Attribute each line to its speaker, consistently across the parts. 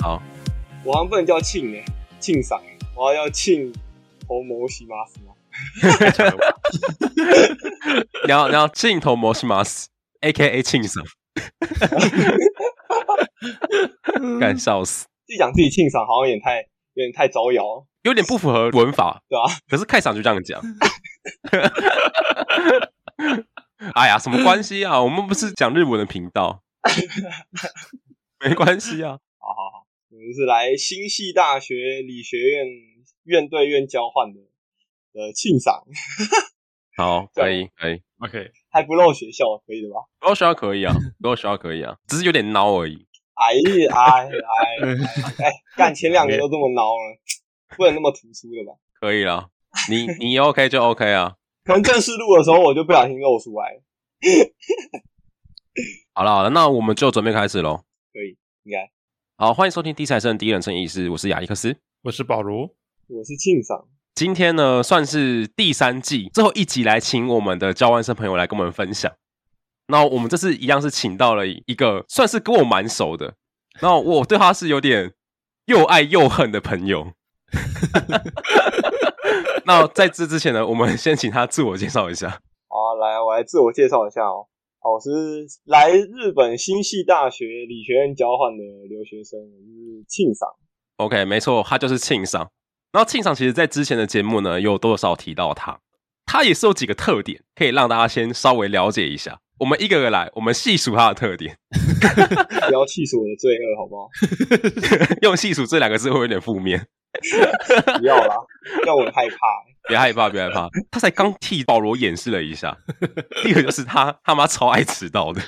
Speaker 1: 好，
Speaker 2: 我好像不能叫庆哎、庆赏哎，我要叫庆头摩西马斯吗？
Speaker 1: 你要你要镜头模式吗？A K A 庆赏， 干笑死，
Speaker 2: 自己讲自己庆赏好像有点太有点太招摇了，
Speaker 1: 有点不符合文法，
Speaker 2: 对吧、
Speaker 1: 可是开场就这样讲。 哎呀，什么关系啊？我们不是讲日文的频道，没关系啊。
Speaker 2: 好好好，我们是来新系大学理学院院对院交换的呃庆赏，
Speaker 1: 好，可以可以，
Speaker 3: OK，
Speaker 2: 还不漏学校，可以的吧？
Speaker 1: 不要学校可以啊，不要学校可以啊，只是有点孬而已。
Speaker 2: 哎呀哎哎哎哎，干前两个都这么孬了，不能那么突出的吧？
Speaker 1: 可以啦，你你 OK 就 OK 啊。
Speaker 2: 可能正式录的时候我就不小心露出来了，
Speaker 1: 好了好了，那我们就准备开始喽。
Speaker 2: 可以应该。
Speaker 1: 好，欢迎收听《第三声第一人称意识》，我是亚历克斯。
Speaker 3: 我是 保罗。
Speaker 2: 我是庆赏，
Speaker 1: 今天呢，算是第三季最后一集来请我们的交换生朋友来跟我们分享。那我们这次一样是请到了一个算是跟我蛮熟的，那我对他是有点又爱又恨的朋 友。 那在这之前呢，我们先请他自我介绍一下。
Speaker 2: 好、啊，来，我来自我介绍一下哦。好，我是来日本新系大学理学院交换的留学生，我是庆赏。
Speaker 1: OK，没错，他就是庆赏。然后庆赏其实在之前的节目呢，有多少提到他，他也是有几个特点，可以让大家先稍微了解一下。我们一个个来，我们细数他的特点，
Speaker 2: 不要气死我的罪恶，好不好？
Speaker 1: 用“细数”这两个字会有点负面，
Speaker 2: 不要啦，让我很害怕。欸
Speaker 1: 别害怕，别害怕。他才刚替保罗演示了一下。 第一个就是他他妈超爱迟到的，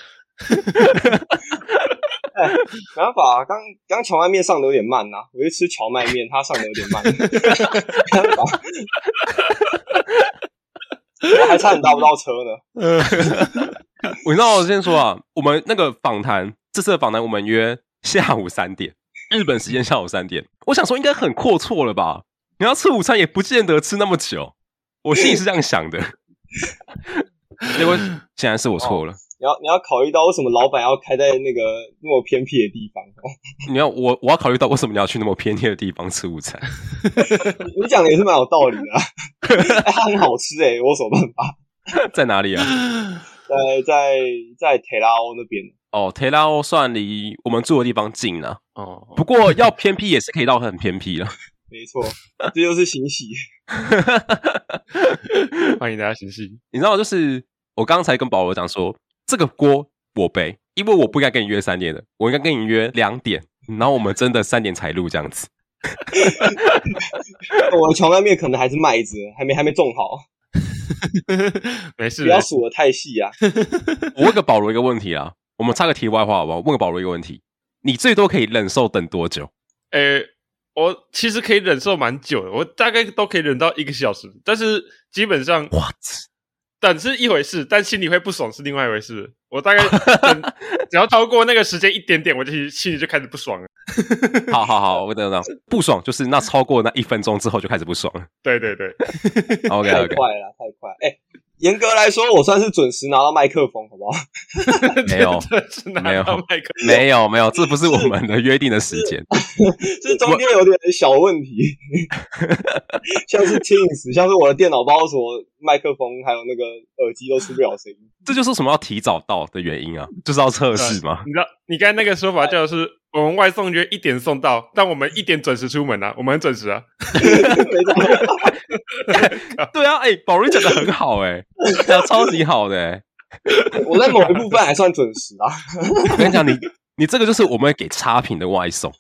Speaker 2: 没办法、啊，刚刚荞麦面上的有点慢呐、我就吃荞麦面，它上的有点慢，没办法，我还差点搭不到车呢。
Speaker 1: 嗯我知道，我先说啊，我们那个访谈，这次的访谈我们约下午三点，日本时间下午三点。我想说应该很阔绰了吧？你要吃午餐也不见得吃那么久，我心里是这样想的。 结果显然是我错了。
Speaker 2: 你要你要考虑到为什么老板要开在那个那么偏僻的地方？哦
Speaker 1: 你要我我要考虑到为什么你要去那么偏僻的地方吃午餐？
Speaker 2: 你你讲的也是蛮有道理的、啊， 哎它很好吃哎、我有什么办法？
Speaker 1: 在哪里啊？
Speaker 2: 在在在铁拉欧那边，
Speaker 1: 哦，t e 拉 o 算离我们住的地方近了、
Speaker 3: 哦，
Speaker 1: 不过要偏僻也是可以到很偏僻了。
Speaker 2: 没错，这就是新喜。
Speaker 3: 欢迎大家行戏。
Speaker 1: 你知道，就是我刚才跟保罗讲说，这个锅我背，因为我不应该跟你约三点的，我应该跟你约两点，然后我们真的三点才录这样子。
Speaker 2: 我的荞麦面可能还是麦子，还没还没种好，
Speaker 3: 没事
Speaker 2: 不
Speaker 3: 的
Speaker 2: 要，数的太细啊。
Speaker 1: 我问个保罗一个问题啊，我们插个题外话好不好？问个保罗一个问题，你最多可以忍受等多久？
Speaker 3: 诶、我其实可以忍受蛮久的，我大概都可以忍到一个小时，但是基本上
Speaker 1: What？
Speaker 3: 等是一回事，但心里会不爽是另外一回事。我大概 等只要超过那个时间一点点，我就心里就开始不爽了。
Speaker 1: 好好好，我等等，不爽就是那超过那一分钟之后就开始不爽了。
Speaker 3: 对对对，
Speaker 1: OK
Speaker 2: 太
Speaker 1: OK，
Speaker 2: 快了，太快了！哎、严格来说，我算是准时拿到麦克风，好不好？
Speaker 1: 没有
Speaker 3: 真的是拿
Speaker 1: 没有
Speaker 3: 到麦克，
Speaker 1: 没有没有，这不是我们的约定的时 间。
Speaker 2: 这中间有点小问题， 像是 Teams，像是我的电脑包所麦克风还有那个耳机都出不了声音。
Speaker 1: 这就是为什么要提早到的原因啊，就是要测试嘛。
Speaker 3: 你知道，你刚才那个说法叫是，我们外送约一点送到，但我们一点准时出门啊，我们很准时啊。
Speaker 2: 没错，
Speaker 1: 对啊，哎、保罗讲的很好、哎，讲超级好的、哎。
Speaker 2: 我在某一部分还算准时啊。
Speaker 1: 我跟你讲，你你这个就是我们会给差评的外送，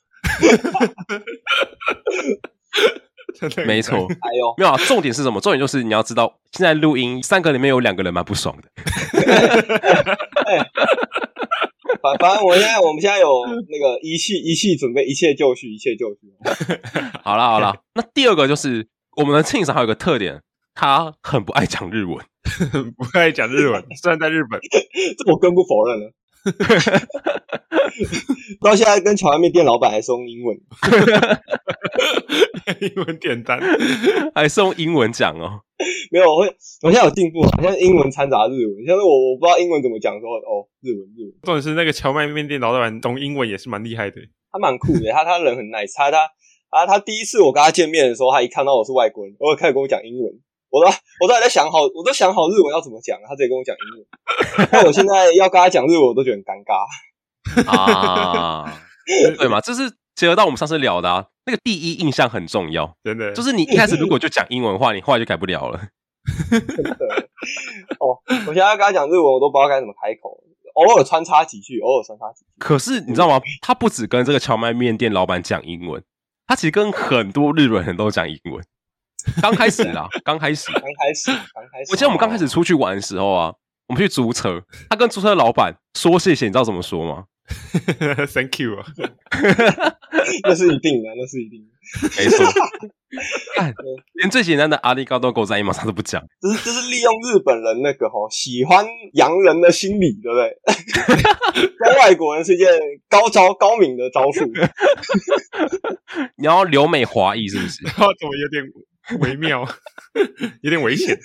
Speaker 3: 真的
Speaker 1: 没错。
Speaker 2: 哎呦，
Speaker 1: 没有啊，重点是什么？重点就是你要知道，现在录音三个里面有两个人蛮不爽的。
Speaker 2: 反反正我现在我们现在有那个一系一系准备一切就绪，一切就绪。
Speaker 1: 好啦好啦，那第二个就是我们的庆赏还有一个特点，他很不爱讲日文。
Speaker 3: 很不爱讲日文，虽然在日本，
Speaker 2: 这我更不否认了。 到现在跟荞麦面店老板还是用英文，
Speaker 3: 英文简单。
Speaker 1: 还是用英文讲哦。
Speaker 2: 没有，我会我现在有进步啊，我现在英文掺杂日文，像是我我不知道英文怎么讲的时候，哦，日文日文。
Speaker 3: 重点是那个荞麦面店老板懂英文也是蛮厉害的，
Speaker 2: 他蛮酷的，他他人很 nice，他他啊他第一次我跟他见面的时候，他一看到我是外国人，哦我开始跟我讲英文，我都我都还在想好，我都想好日文要怎么讲，他直接跟我讲英文，但我现在要跟他讲日文，我都觉得很尴尬。
Speaker 1: 啊， 对嘛？这是结合到我们上次聊的啊，那个第一印象很重要，
Speaker 3: 真的
Speaker 1: 就是你一开始如果就讲英文的话，你后来就改不了了。
Speaker 2: 哦，我现在要跟他讲日文，我都不知道该怎么开口，偶尔穿插几句，偶尔穿插几句。
Speaker 1: 可是你知道吗？他不只跟这个荞麦面店老板讲英文，他其实跟很多日本人都讲英文。刚开始啦，刚开始，
Speaker 2: 刚开始，刚开始，哦
Speaker 1: 我记得我们刚开始出去玩的时候啊，我们去租车，他跟租车的老板说谢谢，你知道怎么说吗？
Speaker 3: ，Thank you 啊，
Speaker 2: 那是一定的，那是一定的，
Speaker 1: 没错，看连最简单的阿里高多狗仔马上都不讲，
Speaker 2: 这是这是利用日本人那个吼、喜欢洋人的心理，对不对？ 跟外国人是一件高招高明的招数。
Speaker 1: 你要留美华裔是不是？
Speaker 3: 然后怎么有点微妙， 有点危险。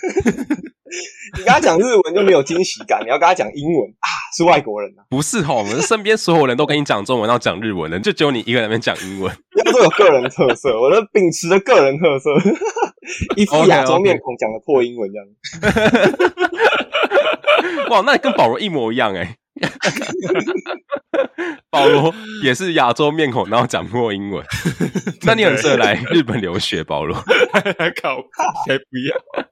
Speaker 2: 你跟他讲日文就没有惊喜感，你要跟他讲英文啊，是外国人啊，
Speaker 1: 不是哦哈，我们身边所有人都跟你讲中文，然后讲日文的，就只有你一个人在那边讲英文。
Speaker 2: 要都有个人特色，我就秉持着个人特色， 一副亚洲面孔讲的破英文这样。
Speaker 1: 哇，那你跟保罗一模一样哎、 保罗也是亚洲面孔，然后讲破英文，那你很适合来日本留学，保罗。
Speaker 3: 靠，才不要！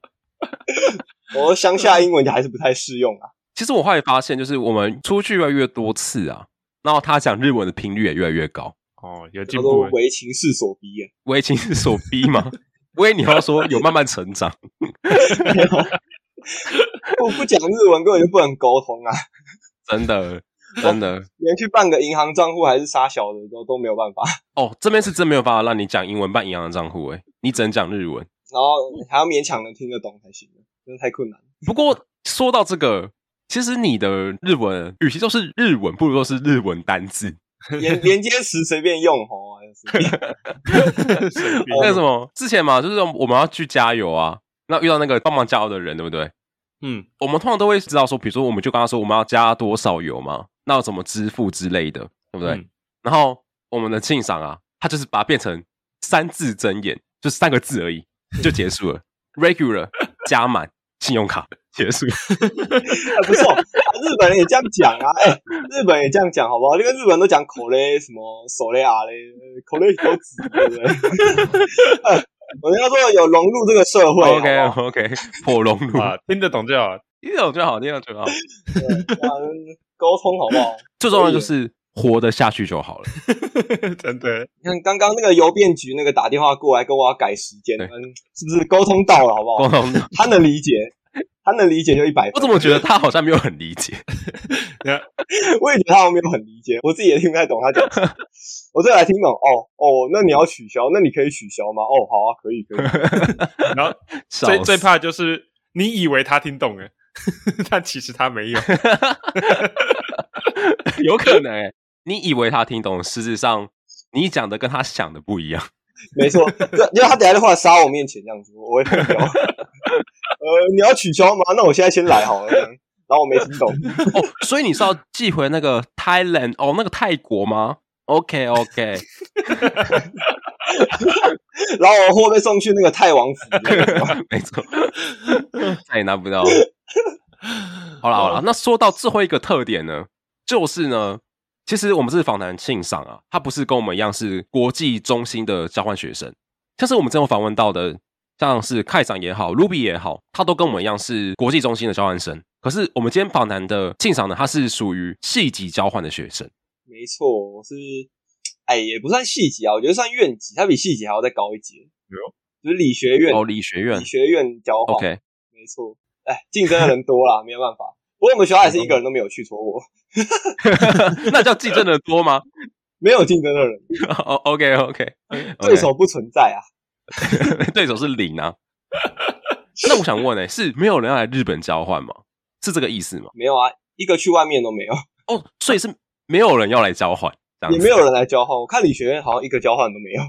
Speaker 2: 我乡下英文还是不太适用啊。
Speaker 1: 其实我后来发现，就是我们出去越来越多次啊，然后他讲日文的频率也越来越高。
Speaker 3: 哦，有进
Speaker 2: 叫做
Speaker 3: 步了，
Speaker 2: 为情势所逼啊，
Speaker 1: 我已经是所逼嘛， 我以为你要说有慢慢成长，
Speaker 2: 不不讲日文根本就不能沟通啊，
Speaker 1: 真的真的
Speaker 2: 连去办个银行账户还是傻小的都都没有办法。
Speaker 1: 哦，这边是真没有办法让你讲英文办银行的账户哎，你只能讲日文。
Speaker 2: 然后还要勉强能听得懂才行，真的 太困难了。
Speaker 1: 不过说到这个，其实你的日文，与其说是日文，不如说是日文单字。
Speaker 2: 连连接词随便用哦吼，就是
Speaker 3: 随便
Speaker 1: 那个什么，之前嘛，就是我们要去加油啊，那遇到那个帮忙加油的人，对不对？
Speaker 3: 嗯，
Speaker 1: 我们通常都会知道说，比如说，我们就跟他说我们要加多少油嘛，那要怎么支付之类的，对不对？
Speaker 3: 嗯
Speaker 1: 然后我们的庆赏啊，他就是把它变成三字真言，就三个字而已，就结束了。Regular 加满信用卡结束。
Speaker 2: 啊不错、 啊日本人也这样讲啊，哎、日本也这样讲好不好？就跟日本都讲口嘞，什么手嘞啊嘞，口嘞手指，对不对？ 呃我们要说有融入这个社会啊
Speaker 1: OK
Speaker 2: 好不好
Speaker 1: OK，火龙路，
Speaker 3: 啊，听得懂就好。
Speaker 1: 听懂就好，听懂就好。
Speaker 2: 我们沟通好不好？
Speaker 1: 最重要的就是活得下去就好了。
Speaker 3: 真的，
Speaker 2: 你看刚刚那个邮便局那个打电话过来跟我要改时间，
Speaker 1: 对
Speaker 2: 嗯，是不是沟通到了好不
Speaker 1: 光
Speaker 2: 好？
Speaker 1: 头，
Speaker 2: 他能理解，他能理解就一百分
Speaker 1: 我。怎么觉得他好像没有很理 解？
Speaker 2: 我也觉得他们没有很理解，我自己也听不太懂他讲什么。我这才听懂哦哦，那你要取消，那你可以取消吗？哦，好啊，可以可以。
Speaker 3: 然后最最怕就是你以为他听懂了， 但其实 他没有。
Speaker 1: 有可能、欸， 你以为他听懂，事实上你讲的跟他想的不一样。
Speaker 2: 没错，就因为他等一下就来杀我面前这样子，我会疯掉。 呃，你要取消吗？那我现在先来好了。这样然后我没听懂，
Speaker 1: 哦，所以你是要寄回那个 Thailand 哦，那个泰国吗？OK OK，
Speaker 2: 然后我货被送去那个泰王府。
Speaker 1: 没错，再也拿不到。好了好了，那说到最后一个特点呢，就是呢，其实我们这次访谈庆赏啊，他不是跟我们一样是国际中心的交换学生，像是我们之前有访问到的，像是凯长也好，Ruby 也好，他都跟我们一样是国际中心的交换生。可是我们今天访谈的庆赏呢，他是属于系级交换的学生。
Speaker 2: 没错，我是，哎，也不算系级啊，我觉得算院级，它比系级还要再高一级
Speaker 3: 呦。
Speaker 2: 就是理学院，
Speaker 1: 哦，理学院
Speaker 2: 理学院交换。
Speaker 1: ，OK，
Speaker 2: 没错，哎，竞争的人多啦，没有办法。不过我们学校还是一个人都没有去，除了我，
Speaker 1: 那叫竞争的多吗？
Speaker 2: 没有竞争的人，
Speaker 1: 哦，OK OK，
Speaker 2: 对手不存在啊。
Speaker 1: 对手是零啊。那我想问呢、欸是没有人要来日本交换吗？是这个意思吗？
Speaker 2: 没有啊，一个去外面都没有，
Speaker 1: 哦，所以是没有人要来交换，这样子
Speaker 2: 也没有人来交换。我看理学院好像一个交换都没有。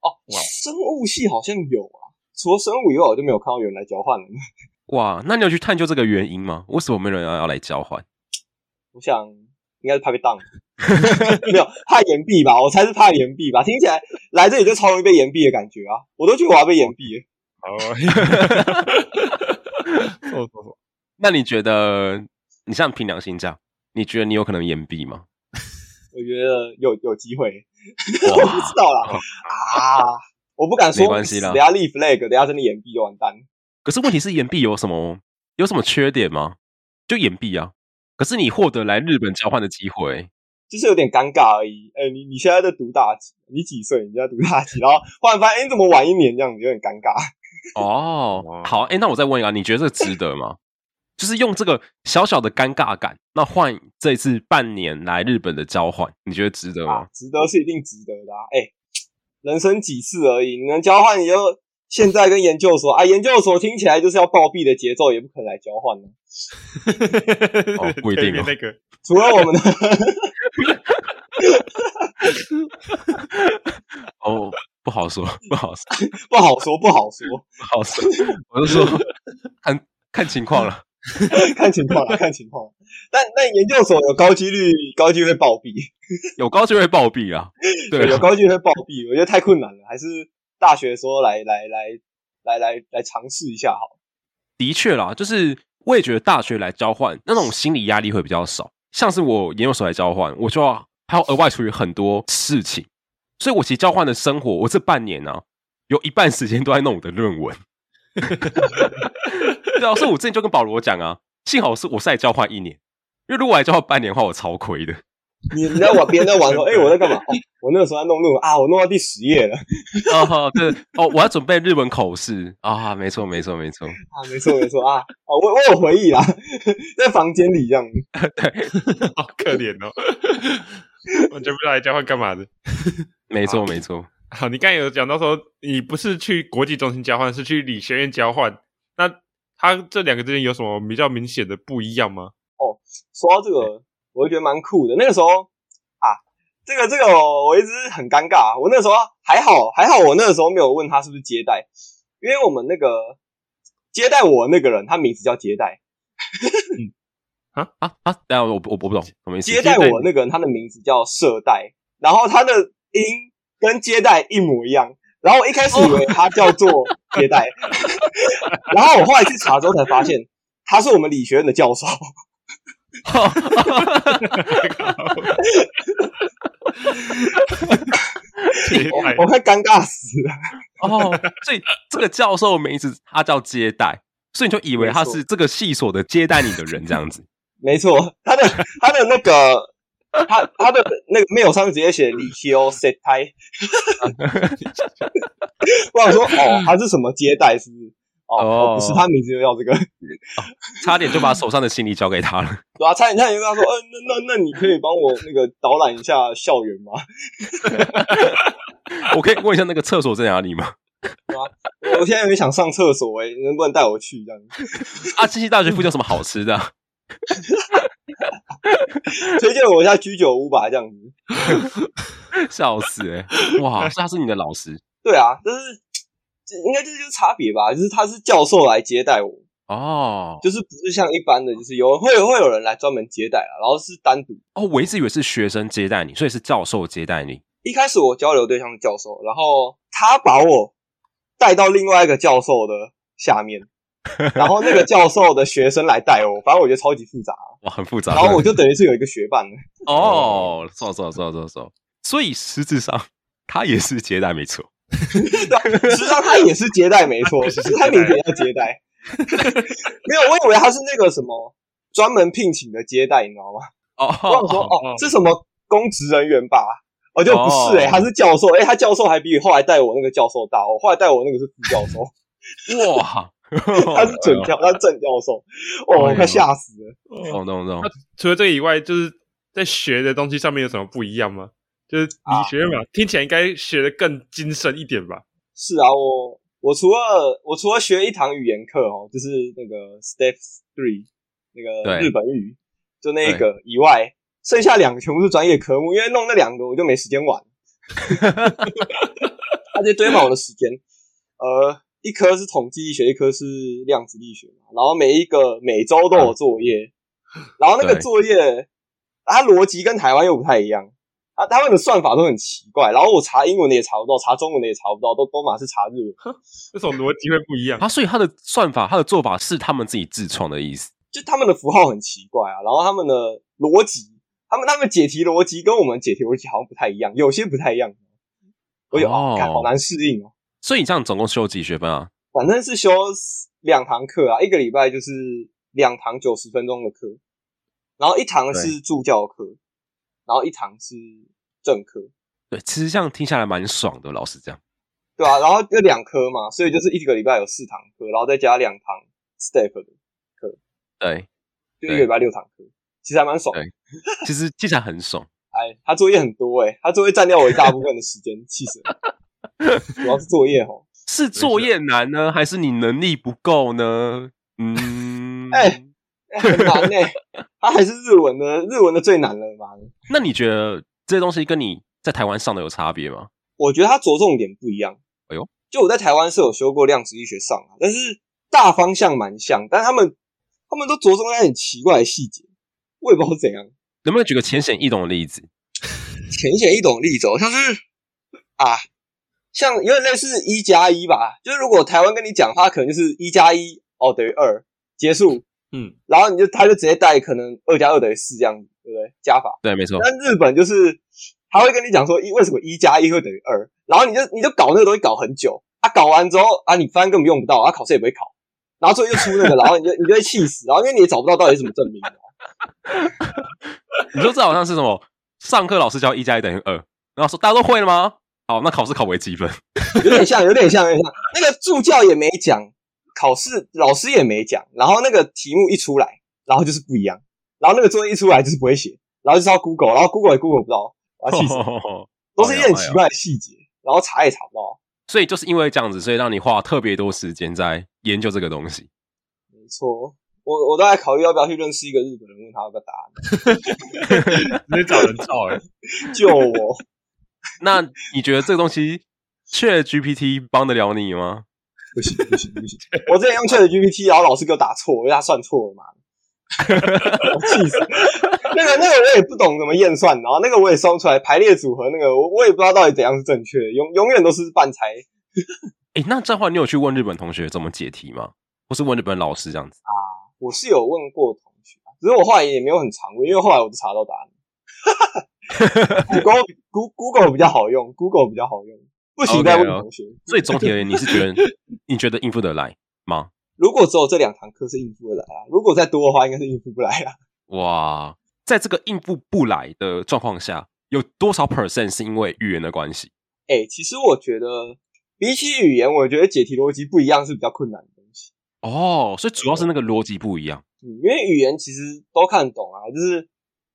Speaker 2: 哦
Speaker 3: 哇，
Speaker 2: 生物系好像有啊，除了生物以外，我就没有看到有人来交换了。
Speaker 1: 哇？那你有去探究这个原因吗？为什么没有人要要来交换？
Speaker 2: 我想应该是怕被当， 没有怕岩壁吧？我猜是怕岩壁吧？听起来来这里就超容易被岩壁的感觉啊！我都觉得我要被岩壁了。
Speaker 3: 哦 错错错，
Speaker 1: 那你觉得，你像凭良心讲，你觉得你有可能延毕吗？
Speaker 2: 我觉得有有机会， 我不
Speaker 1: 哇，哦
Speaker 2: 知道啦啊！我不敢说，
Speaker 1: 没关系啦
Speaker 2: 等一下立 flag，等一下真的岩壁就完蛋了。
Speaker 1: 可是问题是延毕有什么有什么缺点吗？就延毕啊。可是你获得来日本交换的机会，
Speaker 2: 就是有点尴尬而已。哎、你你现在在读大几？你几岁？你现在读大几？然后忽然发现，哎、你怎么晚一年这样子，有点尴尬。
Speaker 1: 哦
Speaker 3: 哇，
Speaker 1: 好，哎、那我再问一个，你觉得这值得吗？就是用这个小小的尴尬感，那换这次半年来日本的交换，你觉得值得吗
Speaker 2: 啊？，值得是一定值得的、啊。哎、人生几次而已，你能交换你就现在跟研究所啊，研究所听起来就是要暴毙的节奏，也不可能来交换呢。
Speaker 1: 哦不一 定哦
Speaker 3: 那个
Speaker 2: 除了我们的，
Speaker 1: 哦，不好说，不好说，
Speaker 2: 不好说，不好说，
Speaker 1: 不好说， 我就说看看情况了。
Speaker 2: 看 情况啦，看情况啦。但但研究所有高几率，高几率会暴毙，
Speaker 1: 有高就会暴毙啊，对
Speaker 2: 有
Speaker 1: 啊，
Speaker 2: 高几率会暴毙，我觉得太困难了，还是大学的时候来来来来来来尝试一下好了。
Speaker 1: 的确啦，就是我也觉得大学来交换那种心理压力会比较少，像是我研究所来交换，我就要还要额外处理很多事情，所以我其实交换的生活，我这半年呢、啊，有一半时间都在弄我的论文。 对啊，所以我之前就跟保罗讲啊，幸好是我是来交换一年，因为如果来交换半年的话，我超亏的。
Speaker 2: 你你在玩，别人在玩说，哎、我在干嘛？哦，我那个时候在弄论文啊，我弄到第十页了
Speaker 1: 哦，对，哦，我要准备日文口试啊，没错，没错，没错。
Speaker 2: 啊，没错没错啊，啊，我我有回忆啦， 在房间里这样，
Speaker 3: 好可怜哦，完全不知道来交换干嘛的。
Speaker 1: 没错，没错。
Speaker 3: 好，你刚才有讲到说你不是去国际中心交换，是去理学院交换，那它这两个之间有什么比较明显的不一样吗？
Speaker 2: 说到这个，我就觉得蛮酷的。那个时候啊，这个这个我一直很尴尬。啊我那时候还好还好，我那个时候没有问他是不是接待，因为我们那个接待我那个人，他名字叫接待，
Speaker 1: 啊啊！等一下我不我不我不懂什么意思？
Speaker 2: 接待我那个人，他的名字叫社代，然后他的音跟接待一模一样。然后我一开始以为他叫做接待， 然后我后来去查之后才发现，他是我们理学院的教授。
Speaker 1: 哦
Speaker 3: 接待
Speaker 2: 我快尴尬死了。
Speaker 1: 哦，所以这个教授名字他叫接待，所以你就以为他是这个系所的接待你的人这样子。
Speaker 2: 没错，他的他的那个他他的那个 mail 上面直接写李修 set 胎， 我想说哦，他是什么接待是不是？哦，
Speaker 1: 哦
Speaker 2: 哦不是，他名字就叫这个。
Speaker 1: 差点就把手上的行李交给他了。
Speaker 2: 对啊，差点差点就跟他说，嗯、那那那你可以帮我那个导览一下校园吗？
Speaker 1: 我可以问一下那个厕所在哪里吗？
Speaker 2: 我现在有点想上厕所哎、你能不能带我去这样？
Speaker 1: 啊，七夕大学附近有什么好吃的啊？
Speaker 2: 推荐我一下居酒屋吧，这样子。
Speaker 1: 笑死哎、哇，所以他是你的老师
Speaker 2: 对啊，但是这应该这就是差别吧，就是他是教授来接待我，
Speaker 1: 哦
Speaker 2: 就是不是像一般的，就是有会会有人来专门接待啦，然后是单独。
Speaker 1: 哦，我一直以为是学生接待你，所以是教授接待你。
Speaker 2: 一开始我交流对象是教授，然后他把我带到另外一个教授的下面，然后那个教授的学生来带我，反正我觉得超级 复杂。
Speaker 1: 哇，很复杂。
Speaker 2: 然后我就等于是有一个学伴了，
Speaker 1: 哦，错错错错错，所以实质上他也是接待没错。
Speaker 2: 实际上他也是接待没错，
Speaker 3: 他也
Speaker 2: 只
Speaker 3: 是
Speaker 2: 是
Speaker 3: 接待
Speaker 2: 他名字也叫接待。 没有，我以为他是那个什么专门聘请的接待，你知道吗？
Speaker 1: 哦，
Speaker 2: 我想说，哦
Speaker 3: 哦，
Speaker 2: 是什么公职人员吧？哦，就不是诶、
Speaker 1: 哦
Speaker 2: 他是教授，诶、欸他教授还比后来带我那个教授大，我后来带我那个是副教 授，
Speaker 1: 哇，
Speaker 2: 他是准教，他是正教授，哦，我快吓死了。
Speaker 1: 懂懂懂。
Speaker 3: 除了这个以外，就是在学的东西上面有什么不一样吗？就是
Speaker 2: 啊
Speaker 3: 理学院嘛，听起来应该学的更精深一点吧？
Speaker 2: 是啊，我我除了我除了学一堂语言课哦，就是那个 Step Three 那个
Speaker 1: 对
Speaker 2: 日本语，就那一个以外，剩下两个全部是专业科目，因为弄那两个我就没时间 玩，而且堆满我的时间。呃，一科是统计力学，一科是量子力学嘛，然后每一个每周都有作业，然后那个
Speaker 1: 嗯对
Speaker 2: 作业。它逻辑跟台湾又不太一样，啊，他们的算法都很奇怪。然后我查英文的也查不到，查中文的也查不到，都都马是查日文。
Speaker 3: 这种逻辑会不一样。
Speaker 1: 啊，所以他的算法、他的做法是他们自己自创的意思。
Speaker 2: 就他们的符号很奇怪啊，然后他们的逻辑，他们他们解题逻辑跟我们解题逻辑好像不太一样，有些不太一样。我有
Speaker 1: 哦
Speaker 2: 啊，看好难适应哦。
Speaker 1: 所以你这样总共修几学分啊？
Speaker 2: 反正是修两堂课啊，一个礼拜就是两堂九十分钟的课，然后一堂是助教课，然后一堂是正课，
Speaker 1: 对，其实这样听下来蛮爽的，老实讲。
Speaker 2: 对啊，然后就两科嘛，所以就是一个礼拜有四堂课，然后再加两堂 step 的，
Speaker 1: 对，
Speaker 2: 就一个礼拜六堂课，其实还蛮爽的。
Speaker 1: 对其实听起来很爽。
Speaker 2: 哎，他作业很多哎、他作业占掉我一大部分的时间， 气死了。主要是作业哦，
Speaker 1: 是作业难呢，还是你能力不够呢？嗯，
Speaker 2: 哎哎很难哎、他还是日文的，日文的最难了嘛。
Speaker 1: 那你觉得这些东西跟你在台湾上的有差别吗？
Speaker 2: 我觉得它着重点不一样。
Speaker 1: 哎呦，
Speaker 2: 就我在台湾是有修过量子力学上啊，但是大方向蛮像，但他们他们都着重在很奇怪的细节，我也不知道怎样。
Speaker 1: 能不能举个浅显易懂的例子？
Speaker 2: 浅显易懂的例子、哦，像是啊，像有点类似一加一吧，就是如果台湾跟你讲，它可能就是一加一哦等于二结束，
Speaker 3: 嗯，
Speaker 2: 然后你就他就直接带可能二加二等于四这样子，对不对？加法。
Speaker 1: 对，没错，
Speaker 2: 但日本就是他会跟你讲说一为什么一加一会等于二，然后你就你就搞那个东西搞很久，啊，搞完之后啊，你翻根本用不到，啊，考试也不会考，然后最后就出那个， 然后你就你就会气死，然后因为你也找不到到底是什么证明，
Speaker 1: 你说这好像是什么？上课老师教一加一等于二，然后说大家都会了吗？好，那考试考为几分？
Speaker 2: 有点像，有点像，有点像。那个助教也没讲，考试老师也没讲，然后那个题目一出来，然后就是不一样，然后那个作业一出来就是不会写，然后就是要 Google，然后 Google 也 Google 不到，啊，气死！
Speaker 1: 哦
Speaker 2: 都是一些很奇怪的细节，然后查也查不到。
Speaker 1: 所以就是因为这样子，所以让你花特别多时间在研究这个东西。
Speaker 2: 没错，我我都在考虑要不要去认识一个日本人，问他要不要答案，
Speaker 3: 直接找人造哎、
Speaker 2: 救我！
Speaker 1: 那你觉得这个东西 Chat GPT 帮得了你吗？
Speaker 2: 不行不行不行！ 我之前用 Chat GPT，然后老师给我打错，因为他算错了嘛，我气死！那个那个我也不懂怎么验算，然后那个我也算不出来排列组合，那个我我也不知道到底怎样是正确的，永永远都是半猜
Speaker 1: 诶，那这样的话，你有去问日本同学怎么解题吗？或是问日本老师这样子？
Speaker 2: 我是有问过同学啊，只是我后来也没有很常问，因为后来我都查到答案。Google Go- Google 比较好用，Google 比较好用，不行
Speaker 1: OK，
Speaker 2: 再问
Speaker 1: OK
Speaker 2: 同学。
Speaker 1: 所以总体而言，你是 觉得你觉得应付得来吗？
Speaker 2: 如果只有这两堂课是应付得来啊，如果再多的话，应该是应付不来啦。
Speaker 1: 哇，在这个应付不来的状况下，有多少 percent 是因为语言的关系？
Speaker 2: 哎、其实我觉得比起语言，我觉得解题逻辑不一样是比较困难的东西。
Speaker 1: 哦，所以主要是那个逻辑不一样。
Speaker 2: 嗯，因为语言其实都看得懂啊，就是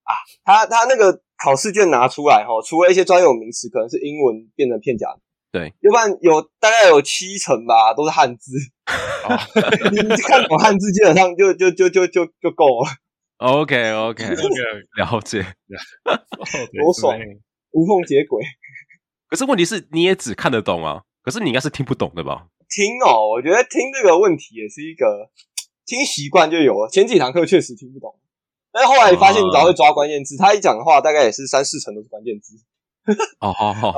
Speaker 2: 啊，他他那个考试卷拿出来哈，除了一些专有名词，可能是英文变成片假名，
Speaker 1: 对，
Speaker 2: 要不然有大概有七成吧都是汉字，
Speaker 3: 哦
Speaker 2: 你看懂汉字基本上就就就就就就够了，
Speaker 1: OK OK，
Speaker 3: 这个
Speaker 1: 了解。
Speaker 2: 多爽无缝接轨。
Speaker 1: 可是问题是，你也只看得懂啊，可是你应该是听不懂的吧？
Speaker 2: 听哦，我觉得听这个问题也是一个听习惯就有了。前几堂课确实听不懂，但是后来发现你只要会抓关键字，他一讲的话大概也是三四成都是关键字。
Speaker 1: 哦，好好，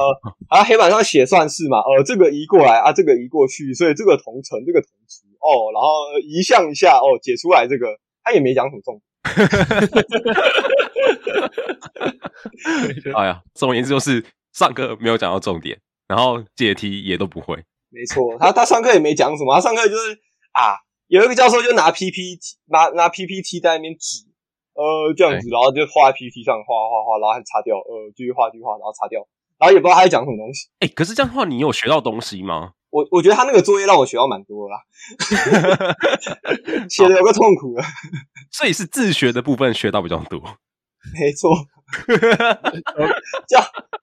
Speaker 2: 啊，黑板上写算式嘛，呃，这个移过来啊，这个移过去，所以这个同乘，这个同除哦，然后呃移项一下哦，解出来这个，他也没讲什么重点。
Speaker 1: 哎呀，总而言之就是上课没有讲到重点，然后解题也都不会。
Speaker 2: 没错，他他上课也没讲什么，他上课就是啊，有一个教授就拿 PPT 拿拿 PPT 在那边指，呃，这样子，然后就画在 PPT 上画画画，然后还擦掉，呃，继续画继续画，然后擦掉，然后也不知道他在讲什么东西。
Speaker 1: 哎、可是这样的话，你有学到东西吗？
Speaker 2: 我我觉得他那个作业让我学到蛮多的啦，写的有个痛苦了，啊
Speaker 1: 所以是自学的部分学到比较多。
Speaker 2: 没错。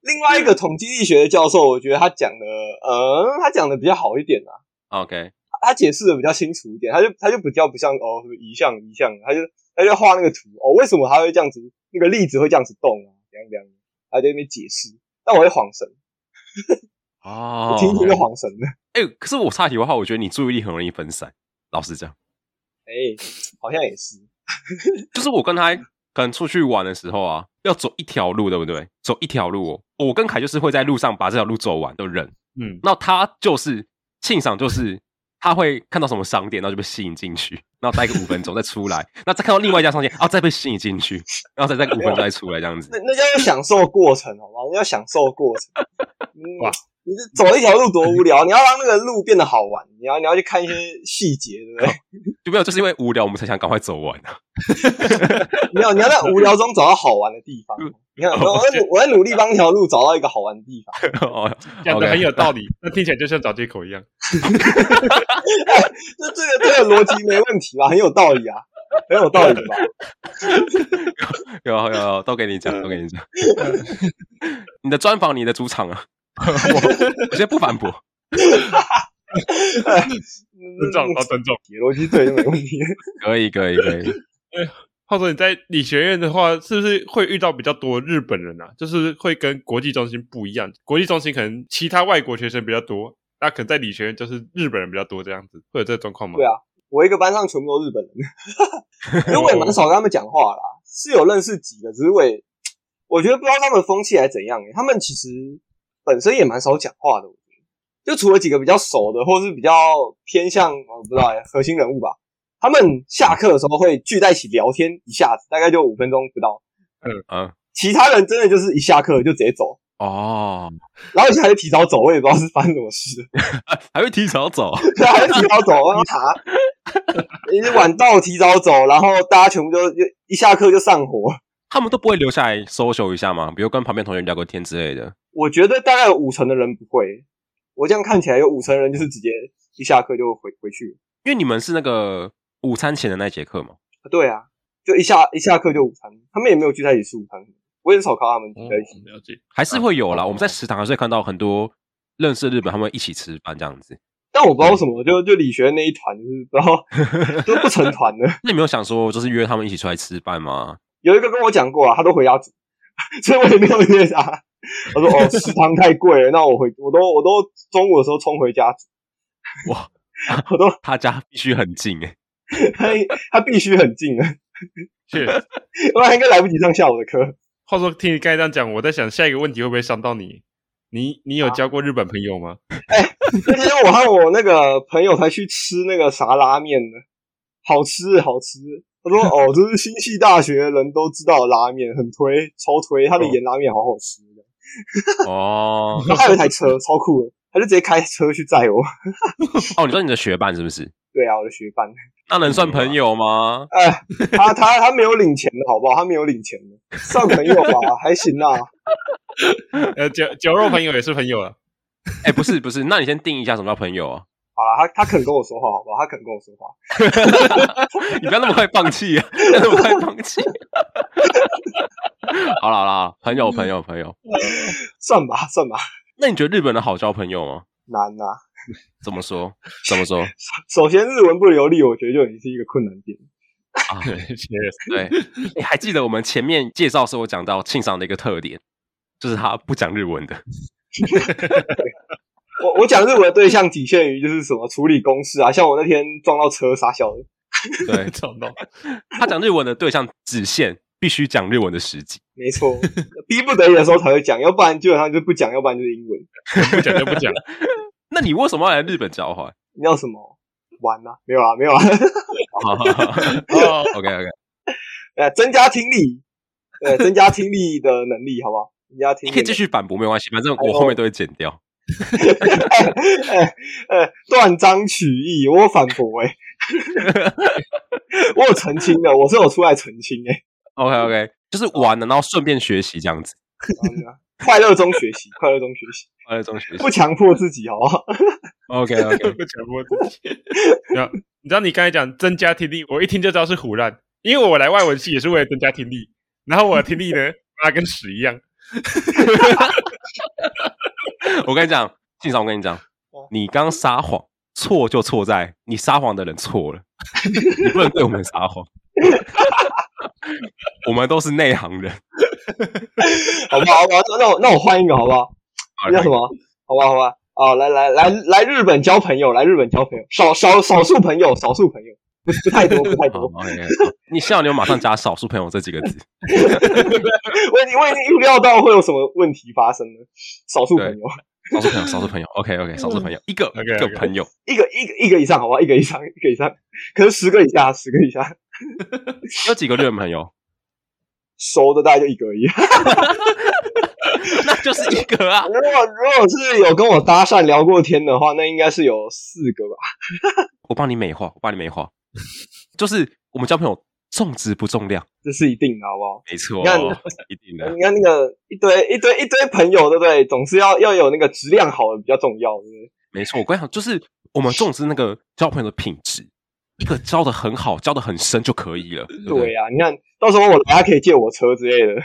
Speaker 2: 另外一个统计力学的教授，我觉得他讲的，呃，他讲的比较好一点啊，
Speaker 1: OK，
Speaker 2: 他解释的比较清楚一点，他就他就比较不像哦什么一项一项，他就他就画那个图哦，为什么他会这样子，那个粒子会这样子动啊，怎样怎样，他在那边解释，但我会晃神，
Speaker 1: 哦
Speaker 2: 我听一听就晃神了，
Speaker 1: 哎、可是我插题的话，我觉得你注意力很容易分散。老实讲，
Speaker 2: 哎、好像也是，
Speaker 1: 就是我跟他可能出去玩的时候啊，要走一条路，对不对？走一条路、哦，我跟凯就是会在路上把这条路走完的人。
Speaker 3: 嗯，
Speaker 1: 那他就是庆赏，就是他会看到什么商店，然后就被吸引进去，然后待个五分钟再出 来，那再看到另外一家商店，啊，再被吸引进 去，然后再待个五分钟再出来，这样子
Speaker 2: 那。那叫要享受过程，好吗？你要享受过程。嗯
Speaker 3: 哇，
Speaker 2: 你这走一条路多无聊，你要让那个路变得好玩，你要你要去看一些细节，对不对？
Speaker 1: 就没有，就是因为无聊，我们才想赶快走 完啊。
Speaker 2: 没 有，你要在无聊中找到好玩的地方。你看，我在努我在努力帮一条路找到一个好玩的地方。
Speaker 1: 哦，
Speaker 3: 讲的
Speaker 1: OK
Speaker 3: 很有道理，那听起来就像找借口一
Speaker 2: 嗯
Speaker 3: 样。
Speaker 2: 这这个这个逻辑没问题吧？很有道理啊，很有道理吧？
Speaker 1: 有有有，都给你讲，都给你讲。你的专访，你的主场啊，我我先不反驳。
Speaker 3: 尊重，哦，尊重。
Speaker 2: 嗯逻辑对就没问题。
Speaker 1: 可以，可以，可以。
Speaker 3: 话说你在理学院的话，是不是会遇到比较多日本人啊？就是会跟国际中心不一样，国际中心可能其他外国学生比较多，那可能在理学院就是日本人比较多，这样子会有这个状况吗？
Speaker 2: 对啊我一个班上全部都日本人，因为我也蛮少跟他们讲话啦，是有认识几个，只是我也我觉得不知道他们的风气还怎样、欸、他们其实本身也蛮少讲话的，我觉得就除了几个比较熟的，或是比较偏向我不知道、欸、核心人物吧，他们下课的时候会聚在一起聊天，一下子大概就五分钟不到，
Speaker 1: 嗯，
Speaker 2: 其他人真的就是一下课就直接走，
Speaker 1: 哦，
Speaker 2: 然后有些还是提早走，我也不知道是发生什么事 了。
Speaker 1: 还会提早 走，
Speaker 2: 对啊，提早走，让他爬。你啊晚到提早走，然后大家全部就就一下课就上火。
Speaker 1: 他们都不会留下来 social 一下吗？比如跟旁边同学聊个天之类的。
Speaker 2: 我觉得大概有五成的人不会，我这样看起来有五成人就是直接一下课就回回去。
Speaker 1: 因为你们是那个午餐前的那节课嘛。
Speaker 2: 对啊，就一下一下课就午餐，他们也没有聚在一起吃午餐，我也很少看到他们聚
Speaker 3: 哦，
Speaker 2: 在一起。
Speaker 3: 了解。
Speaker 1: 还是会有啦。
Speaker 3: 哦
Speaker 1: 我们在食堂还是会看到很多认识的日本，他们会一起吃饭这样子。
Speaker 2: 但我不知道为什么，就就理学那一团就是不知道 就不成团了。
Speaker 1: 那你没有想说，就是约他们一起出来吃饭 吗？
Speaker 2: 有一个跟我讲过啊，他都回家煮， 所以我也没有约他。我说哦，食堂太贵了，那我回我都我都中午的时候冲回家煮。
Speaker 1: 哇，
Speaker 2: 我都
Speaker 1: 他家必须很 近诶、
Speaker 2: 他他必须很近 了，
Speaker 3: 确实。
Speaker 2: 不然应该来不及上下午的课。
Speaker 3: 话说，听你刚才这样讲，我在想下一个问题会不会伤到你？你你
Speaker 2: 啊
Speaker 3: 有交过日本朋友吗？
Speaker 2: 那天我和我那个朋友才去吃那个啥拉面呢，好吃好吃。他说：“哦，这是新系大学人都知道的拉面，很推，超推。他的盐拉面好好吃的。
Speaker 1: 哦
Speaker 2: 然后还有一台车，超酷的，他就直接开车去载我。
Speaker 1: 哦，你说你的学伴是不是？
Speaker 2: 对啊，我的学伴，
Speaker 1: 那能算朋友
Speaker 3: 啊
Speaker 1: 吗？
Speaker 2: 哎，他他他没有领钱的好不好？他没有领钱的，算朋友吧，还行啊啦。
Speaker 3: 呃，酒酒肉朋友也是朋友啊。
Speaker 1: 哎、不是不是，那你先定义一下什么叫朋友啊！
Speaker 2: 好啦，他他肯跟我说话，好不好？他肯跟我说话。
Speaker 1: 你不要那么快放弃啊！不要那么快放弃。 好啦好啦，朋友朋友朋友，
Speaker 2: 算吧，算吧，
Speaker 1: 那你觉得日本人好交朋友吗？
Speaker 2: 难呐、
Speaker 1: 怎么说？怎么说？
Speaker 2: 首先，日文不流利，我觉得就已经是一个困难点。
Speaker 1: 啊，
Speaker 3: 确实，
Speaker 1: 对，你还记得我们前面介绍的时候讲到庆赏的一个特点，就是他不讲日文的。
Speaker 2: 我我讲日文的对象仅限于就是什么处理公事啊，像我那天撞到车傻笑的，
Speaker 1: 对
Speaker 3: 撞到。
Speaker 1: 他讲日文的对象只限必须讲日文的时机。
Speaker 2: 没错，逼不得已的时候才会讲，要不然基本上就不讲，要不然就是英文。
Speaker 3: 不讲就不 讲。
Speaker 1: 那你为什么要来日本交换？
Speaker 2: 你要什么玩啊？没有啊，没有啊，
Speaker 1: 好好好
Speaker 3: 哦，
Speaker 1: OK OK，
Speaker 2: 呃，增加听力，呃，增加听力的能力，好不好？增加听
Speaker 1: 你
Speaker 2: 力，
Speaker 1: 可以继。续反驳，没关系，反正我后面都会剪掉。
Speaker 2: 呃，断章取义， 我有反驳哎、我有澄清的，我是有出来澄清哎、
Speaker 1: OK OK，就是玩了，然后顺便学习这样子。
Speaker 2: 啊 快乐中学习，快乐中学习，
Speaker 1: 快乐中学习
Speaker 2: 不。强迫自己，好不好？
Speaker 1: OK OK，
Speaker 3: 不强迫自己。然后你知道你刚才讲增加听力，我一听就知道是胡乱，因为我来外文系也是为了增加听力，然后我的听力呢，妈跟屎一样。
Speaker 1: 我跟你讲，庆赏，我跟你讲，你刚撒谎，错就错在你撒谎的人错了，你不能对我们撒谎。 我们都是内行人。
Speaker 2: 好不好？好不好？那我那我换一个好不好？
Speaker 1: 好
Speaker 2: 那叫什么？好吧，好吧。啊，来来来来日本交朋友，来日本交朋友，少少少数朋友，少数朋友，不不太多，不太
Speaker 1: 好
Speaker 2: 多。
Speaker 1: ，OK，好你下流马上加少数朋友这几个字。
Speaker 2: 我已经我已经预料到会有什么问题发生了。少数朋友，
Speaker 1: 少数朋友，少数朋友，OK OK，少数朋友，一个
Speaker 3: OK，
Speaker 1: 一个
Speaker 3: OK
Speaker 1: 朋友，
Speaker 2: 一个一个一个以上，好吧，一个以上，一个以上，可是十个以下，十个以下，
Speaker 1: 有几个日本朋友？
Speaker 2: 熟的大概就一个而已。
Speaker 1: 那就是一个啊
Speaker 2: 如。果如果是有跟我搭讪聊过天的话，那应该是有四个吧。
Speaker 1: 我帮你美化，我帮你美化， 就是我们交朋友重质不重量，
Speaker 2: 这是一定的，好不好？
Speaker 1: 没错
Speaker 2: 你看，
Speaker 1: 一定的。
Speaker 2: 你看那个一堆一堆一堆朋友，对不对？总是要要有那个质量好的比较重要，对不对？
Speaker 1: 没错，我跟你讲，就是我们重视那个交朋友的品质，一个交的很好，交的很深就可以了。对不
Speaker 2: 对
Speaker 1: 对
Speaker 2: 啊，你看到时候我大家可以借我车之类的，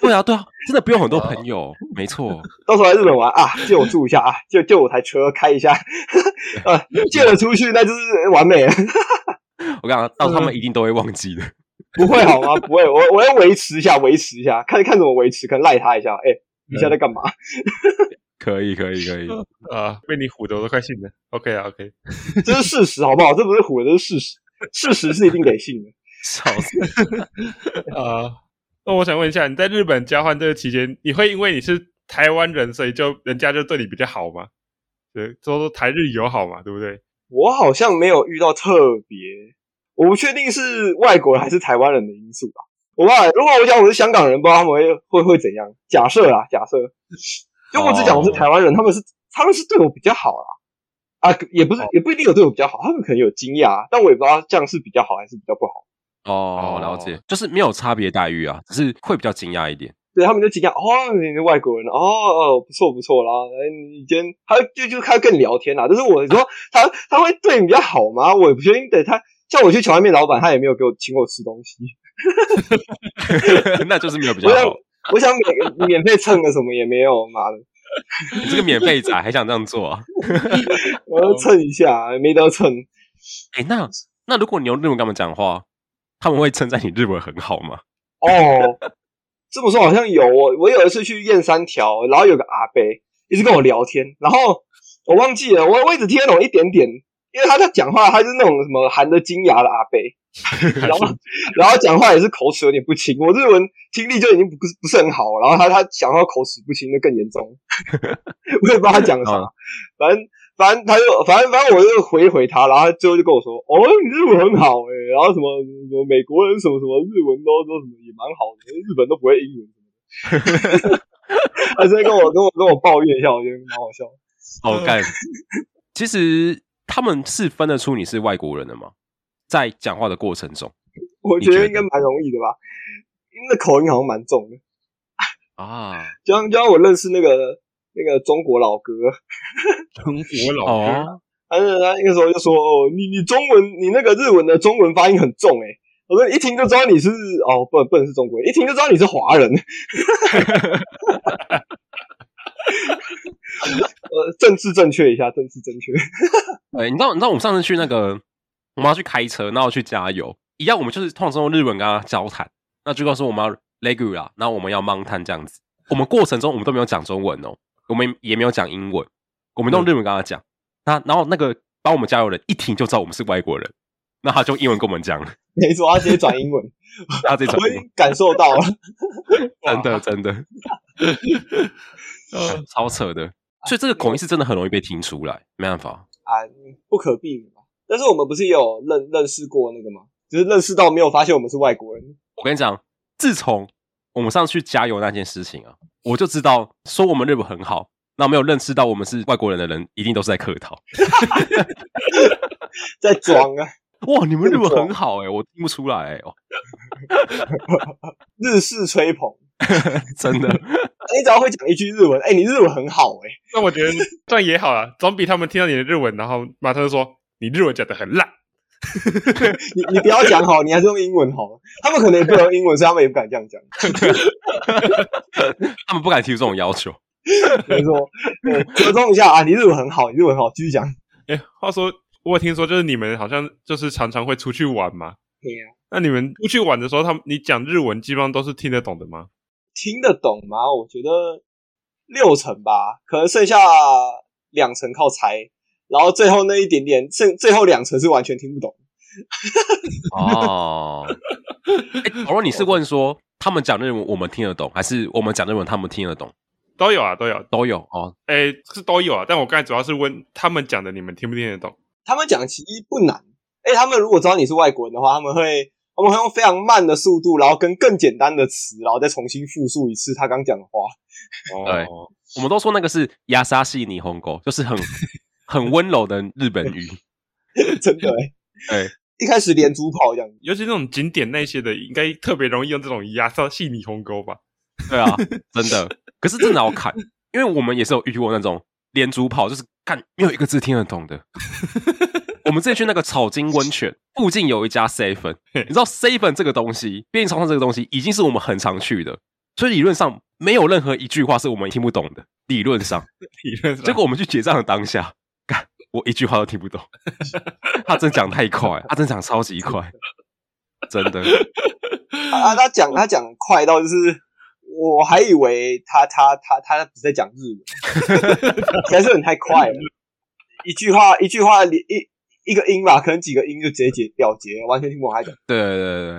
Speaker 1: 对啊，对啊，真的不用很 多朋友，没 错，
Speaker 2: 到时候来日本玩啊，借我住一下啊，借借我台车开一下， 啊，借了出去那就是完美了，
Speaker 1: 我跟你讲，到他们一定都会忘记的。
Speaker 2: 不会好吗？不会，我我要维持一下，维持一下，看看怎么维持，可能赖他一下，哎、你现在在干嘛？
Speaker 1: 可以，可以，可 以，
Speaker 3: 啊，被你唬的我都快信了。OK 啊，OK，
Speaker 2: 这是事实，好不好？这不是唬的，这是事实，事实是一定得信的。
Speaker 1: 笑死！
Speaker 3: 啊，那我想问一下，你在日本交换这个期间，你会因为你是台湾人，所以就人家就对你比较好吗？对，都说台日友好嘛，对不对？
Speaker 2: 我好像没有遇到特别，我不确定是外国人还是台湾人的因素吧。我忘了，如果我讲我是香港人，不知道他们会会会怎样。假设啦，假设，就我只讲我是台湾人，他们是他们是对我比较好啦。啊，也不是也不一定有对我比较好，他们可能有惊讶，啊但我也不知道这样是比较好还是比较不好。
Speaker 1: 哦，了解，就是没有差别待遇啊，只是会比较惊讶一 点。
Speaker 2: 对他们就惊讶，哦，你是外国人，哦哦，不错不错啦，哎，你今天他就就他跟你聊天啦，但是我说他他会对你比较好吗？我也不确定的，他像我去荞麦面老板，他也没有给我请我吃东西，
Speaker 1: 那就是没有比较
Speaker 2: 我想
Speaker 1: 好。
Speaker 2: 我想免 免费蹭个什么也没有，妈的，
Speaker 1: 你这个免费仔还想这样做啊？
Speaker 2: 我要蹭一下，没得蹭，
Speaker 1: 哎、那那如果你用日文跟他们讲话，他们会称赞你日文很好吗？
Speaker 2: 哦，这么说好像有哦我，我有一次去燕三条，然后有个阿伯一直跟我聊天，然后我忘记了，我我一直听得懂一点点，因为他在讲话，他就是那种什么含着金牙的阿伯，然后然后讲话也是口齿有点不清，我日文听力就已经不是不是很好，然后他他讲话口齿不清就更严重，我也不知道他讲啥
Speaker 1: 嗯，
Speaker 2: 反正。反正他就，反正反正我就回回他，然后他最后就跟我说：“哦，你日文很好诶、然后什么什么美国人什么什么日文都都什么也蛮好的，日本都不会英文什么的。”他直接跟我跟我跟我抱怨一下，我觉得蛮好笑。
Speaker 1: 哦，干。其实他们是分得出你是外国人的吗？在讲话的过程中
Speaker 2: 我
Speaker 1: 你
Speaker 2: 觉
Speaker 1: 觉
Speaker 2: 得
Speaker 1: 得
Speaker 2: 应该蛮容易的吧，因为那口音好像蛮重的。
Speaker 1: 啊，
Speaker 2: 就像就像我认识那个那个中国老哥，
Speaker 3: 中国老哥，
Speaker 1: 哦，
Speaker 2: 他是他那个时候就说：“哦，你你中文你那个日文的中文发音很重诶、我说一听就知道你是哦，不不能是中国人，一听就知道你是华人。呃，政治正确一下，政治正确。
Speaker 1: 对，哎你知道，你知道我们上次去那个，我们要去开车，然后去加油，一样，我们就是通常用日文跟他交谈，那就告诉我们要 legu 啦，然后我们要 mountain 这样子。我们过程中我们都没有讲中文哦，我们也没有讲英文，我们用日文跟他讲。那然后那个帮我们加油的人一听就知道我们是外国人，那他就用英文跟我们讲，
Speaker 2: 没错，他直接转英文，
Speaker 1: 他这种
Speaker 2: 我已经感受到了。
Speaker 1: 真的真的
Speaker 3: 呃，
Speaker 1: 超扯的，所以这个口音是真的很容易被听出来，没办法。
Speaker 2: 啊，不可避免嘛。但是我们不是也有认认识过那个吗？就是认识到没有发现我们是外国人，
Speaker 1: 我跟你讲，自从我们上次去加油那件事情啊，我就知道说我们日本很好，那没有认识到我们是外国人的人，一定都是在客套。
Speaker 2: 在装啊。
Speaker 1: 哇，你们日本很好哎、我听不出来哎、哦，
Speaker 2: 日式吹捧，
Speaker 1: 真的
Speaker 2: 你只要会讲一句日文，哎、你日文很好哎、
Speaker 3: 那我觉得这样也好啦，总比他们听到你的日文，然后马上就说你日文讲的很烂。
Speaker 2: 你你不要讲好，你还是用英文好了。他们可能也不能用英文，所以他们也不敢这样讲。
Speaker 1: 他们不敢提出这种要求。
Speaker 2: 没错，对折中一下啊，你日文很好，你日文很好，继续讲。
Speaker 3: 哎，话说我有听说，就是你们好像就是常常会出去玩嘛。
Speaker 2: 对呀、
Speaker 3: 那你们出去玩的时候，他们你讲日文基本上都是听得懂的吗？
Speaker 2: 听得懂吗？我觉得六成吧，可能剩下两成靠猜，然后最后那一点点，剩最后两成是完全听不懂。
Speaker 1: 哦，哎，老罗，你是问说他们讲日文我们听得懂，还是我们讲日文他们听得懂？
Speaker 3: 都有啊，都有，
Speaker 1: 都有哦。
Speaker 3: 哎，是都有啊。但我刚才主要是问他们讲的，你们听不听得懂？
Speaker 2: 他们讲其实不难，哎，他们如果知道你是外国人的话，他们会他们会用非常慢的速度，然后跟更简单的词，然后再重新复述一次他刚讲的话。
Speaker 1: 对
Speaker 3: 哦，
Speaker 1: 我们都说那个是亚沙系尼红狗，就是很很温柔的日本语。哎
Speaker 2: 真的、欸，
Speaker 1: 对，
Speaker 2: 一开始连珠炮这样，
Speaker 3: 尤其那种景点那些的，应该特别容易用这种压上细泥鸿沟吧？
Speaker 1: 对啊，真的。可是真的好砍，因为我们也是有遇过那种连珠炮，就是看没有一个字听得懂的。我们之前去那个草金温泉附近有一家 seven，你知道 seven 这个东西，便利超商这个东西已经是我们很常去的，所以理论上没有任何一句话是我们听不懂的。理论上，
Speaker 3: 理论上
Speaker 1: 结果我们去结账的当下，干我一句话都听不懂。 他真讲太快，他真讲超级快，真的。
Speaker 2: 啊，他讲他讲快到就是，我还以为他他他他不是在讲日文， 实在是很太快了，一句话一句话连一一个音吧，可能几个音就直接解了结，完全听不懂他在讲。
Speaker 1: 对对对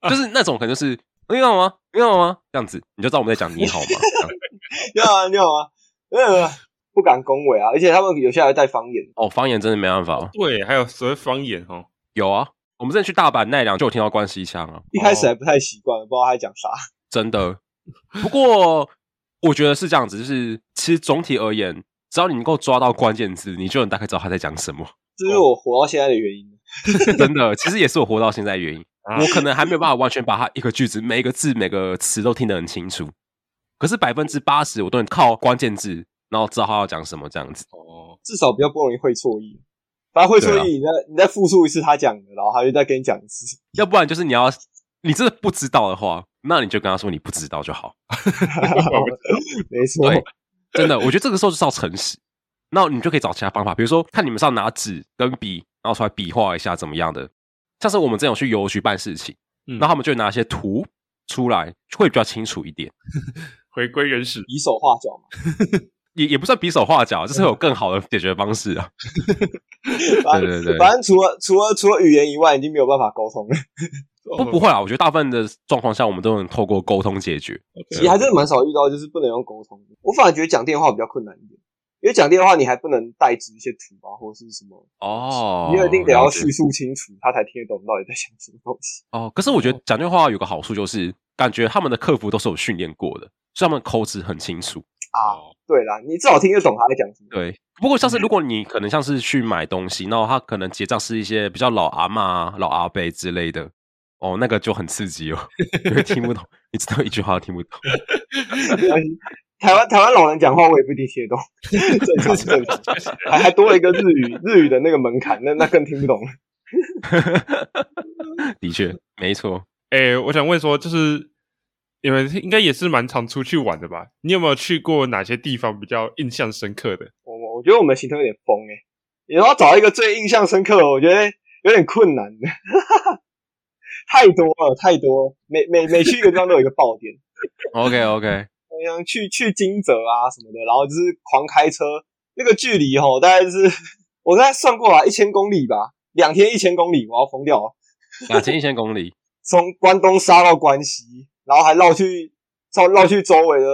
Speaker 1: 对，就是那种可能就是你好吗？你好吗？这样子你就知道我们在讲你好吗？这样
Speaker 2: 你好啊，你好啊，呃，不敢恭维啊，而且他们有些还带方言，
Speaker 1: 哦，方言真的没办法哦。
Speaker 3: 对，还有所谓方言哦，
Speaker 1: 有啊，我们之前去大阪奈良就有听到关西腔啊，
Speaker 2: 一开始还不太习惯，不知道他在讲啥。
Speaker 1: 真的。不过我觉得是这样子，就是其实总体而言，只要你能够抓到关键字，你就能大概知道他在讲什么。
Speaker 2: 这是
Speaker 1: 哦
Speaker 2: 我活到现在的原因。
Speaker 1: 真的，其实也是我活到现在的原因。
Speaker 3: 啊
Speaker 1: 我可能还没有办法完全把它一个句子、每一个字、每个词都听得很清楚，可是百分之八十我都能靠关键字，然后知道他要讲什么这样子。
Speaker 3: 哦，
Speaker 2: 至少比较不容易会错意。反正会错
Speaker 1: 对啊
Speaker 2: 意，你再你再复述一次他讲的，然后他就再跟你讲 一次。
Speaker 1: 要不然就是你要你真的不知道的话，那你就跟他说你不知道就好。
Speaker 2: 没错，
Speaker 1: 哦对真的，我觉得这个时候就是要诚实，那你就可以找其他方法，比如说看你们是要拿纸跟笔，然后出来比划一下怎么样的。像是我们这种去邮局办事情，
Speaker 3: 嗯
Speaker 1: 那他们就会拿一些图出来，会比较清楚一点。
Speaker 3: 回归原始，
Speaker 2: 以手画脚嘛，
Speaker 1: 也也不算比手画脚，啊就是会有更好的解决方式啊。
Speaker 2: 反
Speaker 1: 对对对
Speaker 2: 正反正除了除了除了语言以外，已经没有办法沟通了。哦
Speaker 1: 不不会啊，我觉得大部分的状况下，我们都能透过沟通解决。
Speaker 2: 其实还真的蛮少遇到，就是不能用沟通的。我反而觉得讲电话比较困难一点，因为讲电话你还不能代指一些图啊，或者是什么，
Speaker 1: 哦
Speaker 2: 你一定得要
Speaker 1: 去。
Speaker 2: 叙述清楚，他才听得懂你到底在想什么东西。
Speaker 1: 哦，可是我觉得讲电话有个好处就是，感觉他们的客服都是有训练过的，所以他们口齿很清楚。哦
Speaker 2: 啊，
Speaker 3: 哦
Speaker 2: 对啦，你至少听得懂他在讲 什么。
Speaker 1: 对，不过像
Speaker 2: 嗯
Speaker 1: 是如果你可能像是去买东西，然后他可能结账是一些比较老阿嬷啊、老阿伯之类的，哦，那个就很刺激哦， 因为听不懂，你知道一句话都听不懂。
Speaker 2: 没关系台湾台湾老人讲话，我也不一定听得 懂，正常正常。还还多了一个日语日语的那个门槛，那那更听不懂了。
Speaker 1: 的确，没错。
Speaker 3: 哎，我想问说，就是你们应该也是蛮常出去玩的吧？你有没有去过哪些地方比较印象深刻的？
Speaker 2: 我我我觉得我们行程有点疯哎、欸，你要找一个最印象深刻的，我觉得有点困难 的，太多了太多了，每每每去一个地方都有一个爆点，
Speaker 1: OK OK，
Speaker 2: 像去去金泽啊什么的，然后就是狂开车，那个距离吼，大概是 我大概算过啊来一千公里吧，两天一千公里，我要疯掉了。
Speaker 1: 两千一千公里，
Speaker 2: 从关东杀到关西，然后还绕去绕绕去周围的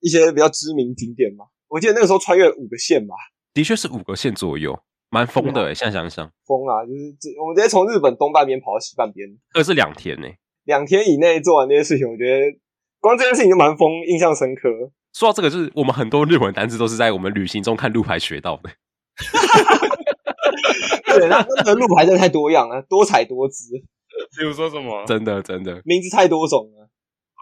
Speaker 2: 一些比较知名景点嘛。我记得那个时候穿越五个县吧，
Speaker 1: 的确是五个县左右，蛮疯的诶。欸现在想想，
Speaker 2: 疯啊！就是这我们直接从日本东半边跑到西半边，
Speaker 1: 二是两天欸呢。
Speaker 2: 两天以内做完这些事情，我觉得光这件事情就蛮疯，印象深刻。
Speaker 1: 说到这个，就是我们很多日文单词都是在我们旅行中看路牌学到的。
Speaker 2: 对，那那个路牌真的太多样了，多彩多姿，
Speaker 3: 比如说什么？
Speaker 1: 真的真的，
Speaker 2: 名字太多种了，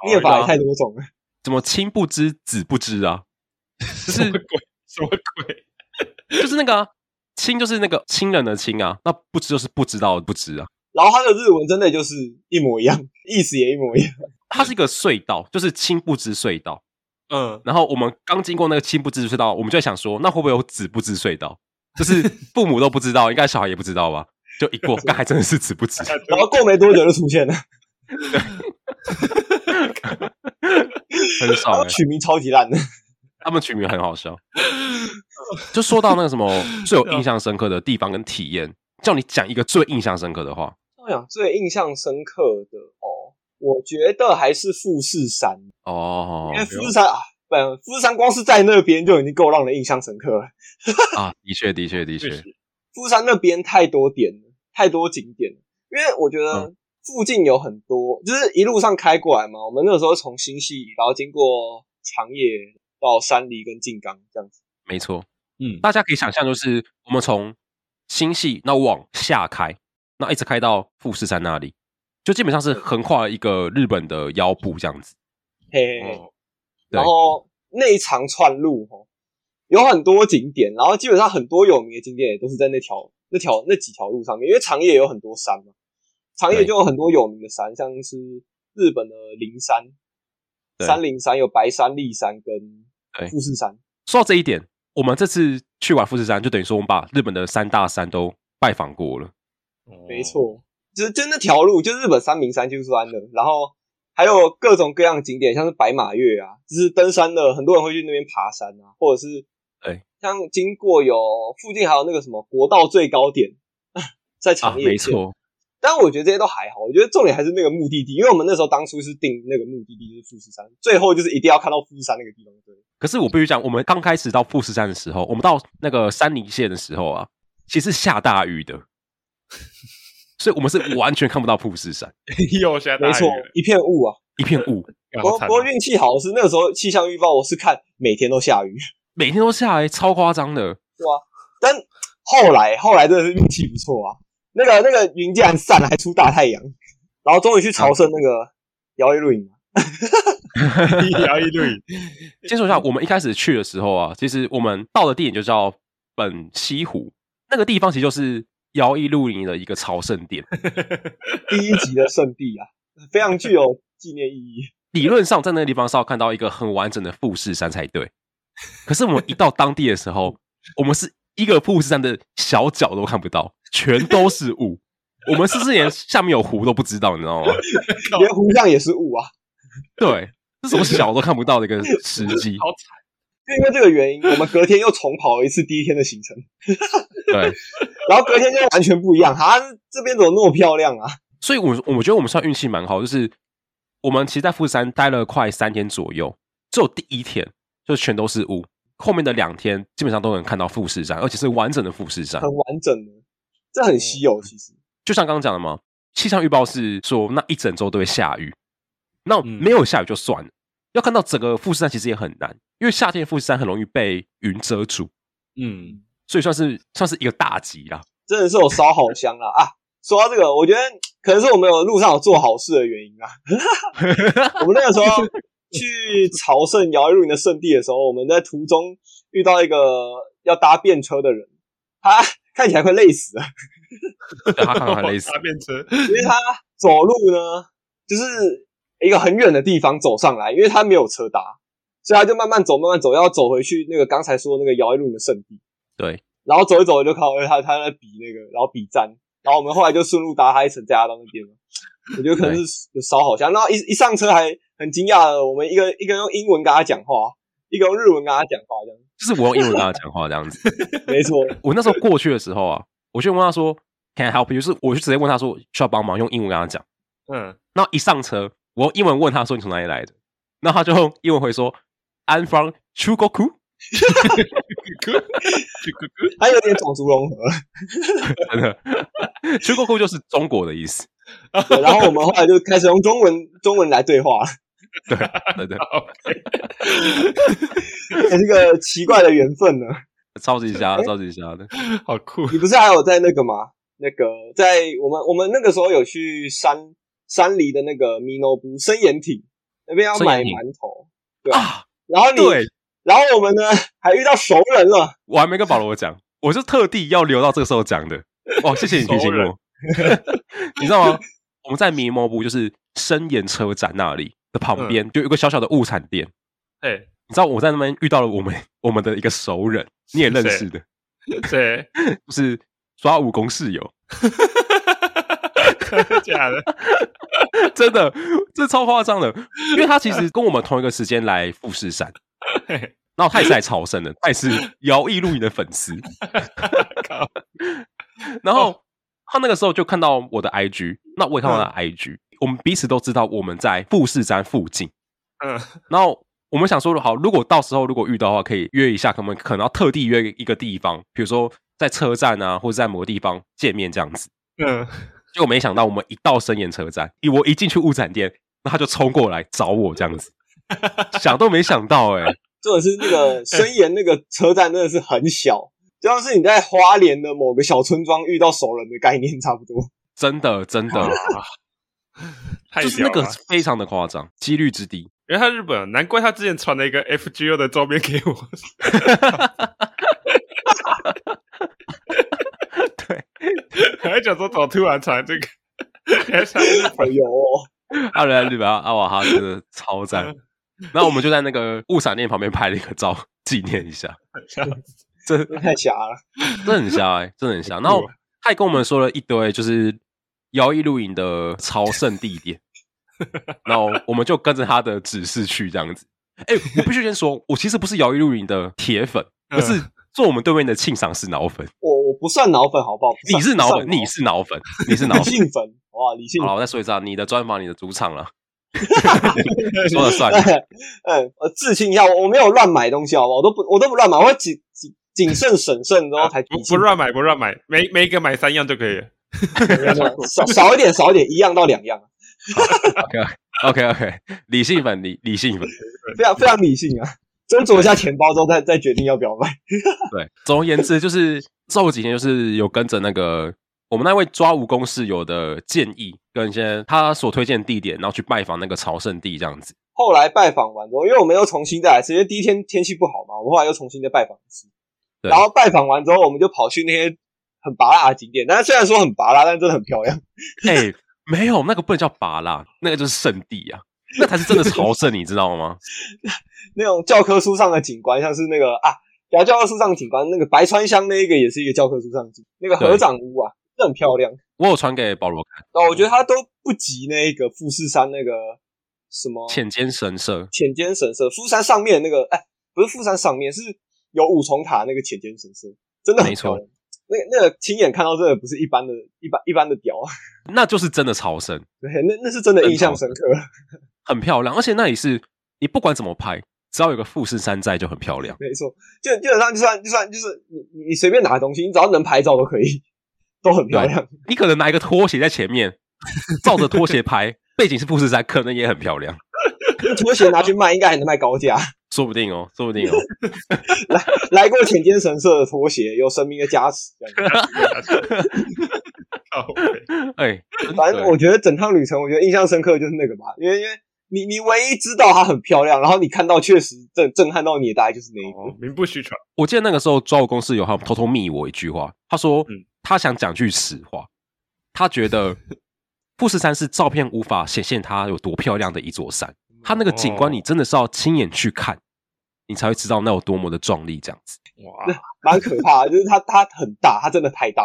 Speaker 2: 念法也太多种了。
Speaker 1: 怎么亲不知子不知啊？
Speaker 3: 什么鬼？什么鬼？
Speaker 1: 就是那个、啊、亲，就是那个亲人的亲啊，那不知就是不知道的不知啊。
Speaker 2: 然后它的日文真的就是一模一样，意思也一模一样。
Speaker 1: 它是一个隧道，就是亲不知隧道。
Speaker 3: 嗯，
Speaker 1: 然后我们刚经过那个亲不知隧道，我们就在想说，那会不会有子不知隧道？就是父母都不知道，应该小孩也不知道吧？就一过，那还真的是子不知。
Speaker 2: 然后过没多久就出现了，
Speaker 1: 很
Speaker 2: 然
Speaker 1: 少、
Speaker 2: 后
Speaker 1: 欸。
Speaker 2: 取名超级烂的。
Speaker 1: 他们取名很好笑。就说到那个什么最有印象深刻的地方跟体验，叫你讲一个最印象深刻的话。
Speaker 2: 我想最印象深刻的哦，我觉得还是富士山，
Speaker 1: 哦
Speaker 2: 因为富士山啊，不，富士山光是在那边就已经够让人印象深刻了。
Speaker 1: 啊，的确，的确，的确
Speaker 3: 确，实，
Speaker 2: 富士山那边太多点了，太多景点了，因为我觉得
Speaker 1: 嗯
Speaker 2: 附近有很多，就是一路上开过来嘛，我们那个时候从新系，然后经过长野到山梨跟静冈这样子。
Speaker 1: 没错。
Speaker 3: 嗯，
Speaker 1: 大家可以想象，就是我们从星系那往下开，那一直开到富士山那里，就基本上是横跨了一个日本的腰部这样子。
Speaker 2: 嘿嘿嘿，
Speaker 3: 哦，
Speaker 1: 对
Speaker 2: 然后那一长串路哦，有很多景点，然后基本上很多有名的景点也都是在那条、那条、那几条路上面，因为长野有很多山嘛，长野
Speaker 1: 对
Speaker 2: 就有很多有名的山，像是日本的灵山、
Speaker 1: 对
Speaker 2: 三灵山有白山、立山跟
Speaker 1: 对
Speaker 2: 富士山。
Speaker 1: 说到这一点，我们这次去完富士山，就等于说我们把日本的三大山都拜访过了。
Speaker 3: 哦
Speaker 2: 没，错，就是就那条路，就日本三名山就是山的，然后还有各种各样的景点，像是白马岳啊，就是登山的，很多人会去那边爬山啊，或者是
Speaker 3: 哎
Speaker 1: 对，
Speaker 2: 像经过有附近还有那个什么国道最高点，在
Speaker 1: 啊，
Speaker 2: 长野、
Speaker 1: 没。错，
Speaker 2: 但我觉得这些都还好，我觉得重点还是那个目的地，因为我们那时候当初是定那个目的地就是富士山，最后就是一定要看到富士山那个地方。对，
Speaker 1: 可是我必须讲，我们刚开始到富士山的时候，我们到那个山梨县的时候啊，其实下大雨的，所以我们是完全看不到富士山，
Speaker 3: 又下大
Speaker 2: 没
Speaker 3: 雨
Speaker 2: 错
Speaker 3: 了，，
Speaker 2: 一片雾啊。
Speaker 1: 一片雾，
Speaker 3: 干
Speaker 2: 不
Speaker 3: 好
Speaker 2: 过
Speaker 3: 惨
Speaker 2: 不
Speaker 3: 啊
Speaker 2: 过运气好是那个时候气象预报我是看每天都下雨，
Speaker 1: 每天都下来，超夸张的。
Speaker 2: 但后来后来真的是运气不错啊，那个那个云竟然散了，还出大太阳，然后终于去朝圣那个摇曳露营嘛，
Speaker 3: 一 摇一对，
Speaker 1: 先说一下，我们一开始去的时候啊，其实我们到的地点就叫本溪湖，那个地方其实就是摇曳露营的一个朝圣点。
Speaker 2: 第一集的圣地啊，非常具有纪念意义。
Speaker 1: 理论上在那个地方是要看到一个很完整的富士山才对。可是我们一到当地的时候，我们是一个富士山的小角都看不到，全都是雾。我们甚至连下面有湖都不知道，你知道吗？
Speaker 3: 靠
Speaker 2: 连湖上也是雾啊，
Speaker 1: 对，这是我小都看不到的一个时机。
Speaker 3: 好惨，
Speaker 2: 就因为这个原因，我们隔天又重跑了一次第一天的行程，
Speaker 1: 对，
Speaker 2: 然后隔天就完全不一样，哈，这边怎么那么漂亮啊？
Speaker 1: 所以我，我觉得我们算运气蛮好，就是我们其实，在富士山待了快三天左右，只有第一天就全都是雾，后面的两天基本上都能看到富士山，而且是完整的富士山。
Speaker 2: 很完整的，这很稀有其实。
Speaker 1: 就像刚刚讲的嘛，气象预报是说那一整周都会下雨，那
Speaker 3: 嗯
Speaker 1: 没有下雨就算了，要看到整个富士山其实也很难，因为夏天的富士山很容易被云遮住，
Speaker 3: 嗯，
Speaker 1: 所以算是算是一个大吉啦。
Speaker 2: 真的是有烧好香啦啊！说到这个，我觉得可能是我们有路上有做好事的原因啊。我们那个时候去朝圣摇曳露营的圣地的时候，我们在途中遇到一个要搭便车的人，他 看起来快累死了，
Speaker 1: 对他 看到很类似
Speaker 3: 搭，便车，
Speaker 2: 因为他走路呢，就是一个很远的地方走上来，因为他没有车搭，所以他就慢慢走，慢慢走，要走回去那个刚才说的那个摇曳露营的圣地。
Speaker 1: 对，
Speaker 2: 然后走一走就看到哎他他在比那个，然后比赞，然后我们后来就顺路搭他一程，载他到那边嘛。我觉得可能是有烧好香，然后一一上车还很惊讶的，我们一个一个用英文跟他讲话，一个用日文跟他讲话，这样
Speaker 1: 就是我用英文跟他讲话这样子。
Speaker 2: 没错，
Speaker 1: 我那时候过去的时候啊，我就问他说 “Can I help you”，就是我就直接问他说需要帮忙，用英文跟他讲。
Speaker 3: 嗯，
Speaker 1: 然后一上车，我用英文问他说你从哪里来的，然后他就用英文回说 “I'm from Chugoku”，
Speaker 3: 咕咕咕咕，
Speaker 2: 还有点种族融合。
Speaker 1: 真的 ，Chugoku 就是中国的意思。
Speaker 2: 对然后我们后来就开始用中文中文来对话，
Speaker 1: 对对，
Speaker 3: 好
Speaker 2: 也是个奇怪的缘分呢。
Speaker 1: 超级
Speaker 3: 哎
Speaker 1: 瞎，超级瞎的。
Speaker 3: 好 酷，
Speaker 2: 你不是还有在那个吗？那个在我们我们那个时候有去山山里的那个米诺布森岩町那边要
Speaker 1: 森
Speaker 2: 买
Speaker 1: 严町
Speaker 2: 馒头，
Speaker 1: 啊，
Speaker 2: 然后你
Speaker 1: 对，
Speaker 2: 然后我们呢 还遇到熟人了，
Speaker 1: 我还没跟保罗讲，我是特地要留到这个时候讲的。哦，谢谢你提醒
Speaker 3: 熟人
Speaker 1: 我。 你知道吗？我们在迷蒙部，就是深岩车站那里的
Speaker 3: 嗯
Speaker 1: 旁边，就有一个小小的物产店。
Speaker 3: 哎，
Speaker 1: 你知道我在那边遇到了我们我们的一个熟人，你也认识的，
Speaker 3: 谁？
Speaker 1: 就是抓武功室友，
Speaker 3: 真的假的？
Speaker 1: 真的，这超夸张的，因为他其实跟我们同一个时间来富士山，
Speaker 3: 嘿
Speaker 1: 然后他也是来朝圣的，他也是摇曳露营的粉丝。
Speaker 3: 靠，
Speaker 1: 然后他那个时候就看到我的 IG，那我也看到他的 IG，、我们彼此都知道我们在富士山附近。
Speaker 3: 嗯，
Speaker 1: 然后我们想说，好，如果到时候如果遇到的话，可以约一下，可能可能要特地约一个地方，比如说在车站啊，或者在某个地方见面这样子。
Speaker 3: 嗯，
Speaker 1: 结果没想到，我们一到深岩车站，一我一进去物展店，那他就冲过来找我这样子，想都没想到哎、
Speaker 2: 重点是 那个深岩那个车站真的是很小，就像是你在花莲的某个小村庄遇到熟人的概念差不 多。
Speaker 1: 真的真的，
Speaker 3: 啊太
Speaker 1: 就是那
Speaker 3: 屌
Speaker 1: 个
Speaker 3: 了
Speaker 1: 非常的夸张，几率之低。
Speaker 3: 原来他日本人，难怪他之前传了一个 FGO 的照片给我。
Speaker 1: 对，
Speaker 3: 还讲说怎么突然传 这个，还传日
Speaker 2: 哎
Speaker 3: 本
Speaker 2: 呦，
Speaker 1: 啊，来日本啊，阿瓦哈真的超赞。 然后我们就在那个物产店旁边拍了一个照，纪念一 下。
Speaker 3: 人
Speaker 1: 这
Speaker 2: 这太瞎了。
Speaker 1: 真的很瞎哎、真的很瞎。然后他也跟我们说了一堆，就是摇曳露营的朝圣地 点，然后我们就跟着他的指示去这样子。哎、我必须先说，我其实不是摇曳露营的铁粉，
Speaker 3: 嗯
Speaker 1: 而是坐我们对面的庆赏是脑粉。
Speaker 2: 我我不算脑粉好不好？不算
Speaker 1: 你是脑
Speaker 2: 不
Speaker 1: 粉，
Speaker 2: 算
Speaker 1: 你是脑粉，你是脑
Speaker 2: 理
Speaker 1: 粉。
Speaker 2: 性粉哇，理性
Speaker 1: 好
Speaker 2: 粉
Speaker 1: 了，。我再说一次啊，你的专访，你的主场了，说了 算了。
Speaker 2: 嗯，我自清一下，我我没有乱买东西，好不好？我都不我都不乱买，我会谨谨谨慎审慎，然后才
Speaker 1: 啊
Speaker 3: 不不乱买，不乱买，每每一个买三样就可以了。
Speaker 2: 买，少少一点，少一点，一样到两样，
Speaker 1: OK OK OK，理性粉，理理性粉。
Speaker 2: 非常非常理性啊。斟酌一下钱包之后再再决定要不要买。
Speaker 1: 对，总而言之，就是这几天就是有跟着那个我们那位抓蜈蚣室友的建议，跟一些他所推荐的地点，然后去拜访那个朝圣地这样子。
Speaker 2: 后来拜访完之后，因为我们又重新再来一次，因为第一天天气不好嘛，我们后来又重新再拜访一次。
Speaker 1: 对
Speaker 2: 然后拜访完之后，我们就跑去那些很拔辣的景点，但是虽然说很拔辣，但是真的很漂亮。
Speaker 1: 哎、没有，那个不能叫拔啦，那个就是圣地啊，那才是真的朝圣，你知道吗？
Speaker 2: 那种教科书上的景观，像是那个啊，讲到教科书上的景观，那个白川乡那一个也是一个教科书上的景，那个合掌屋啊，这很漂亮。
Speaker 1: 我有传给保罗看，
Speaker 2: 哦，我觉得它都不及那个富士山那个什么
Speaker 1: 浅间神社，
Speaker 2: 浅间神社，富士山上面那个，哎，不是富士山上面，是有五重塔那个浅间神社，真的很
Speaker 1: 没错
Speaker 2: 漂亮。那那个亲眼看到，真的不是一般的、一般一般的屌啊！
Speaker 1: 那就是真的朝圣，
Speaker 2: 对，那那是真的印象深刻。
Speaker 1: 很漂亮，而且那里是你不管怎么拍，只要有个富士山在就很漂亮。
Speaker 2: 没错，就基本上就算就算就是你你你随便拿个东西，你只要能拍照都可以， 都很漂亮。
Speaker 1: 你可能拿一个拖鞋在前面， 照着拖鞋拍，背景是富士山，可能也很漂亮，
Speaker 2: 拖鞋拿去卖，应该还能卖高价。
Speaker 1: 说不定哦，说不 定哦。
Speaker 2: 来过浅间神社的拖鞋，有神明的加持，这样子。
Speaker 3: 靠北
Speaker 1: 哎，真
Speaker 2: 反正
Speaker 1: 的
Speaker 2: 我觉得整趟旅程，我觉得印象深刻的就是那个吧，因为因为你你唯一知道它很漂亮，然后你看到确实震震撼到你的大概就是那一个。
Speaker 3: 哦，名不虚传。
Speaker 1: 我记得那个时候抓我公司有他偷偷密我一句话，他说
Speaker 3: 嗯
Speaker 1: 他想讲句实话，他觉得富士山是照片无法显现它有多漂亮的一座山，它那个景观
Speaker 3: 哦
Speaker 1: 你真的是要亲眼去看，你才会知道那有多么的壮丽这样子。
Speaker 3: 哇，
Speaker 2: 蛮可怕的，就是它它很大，它真的太大，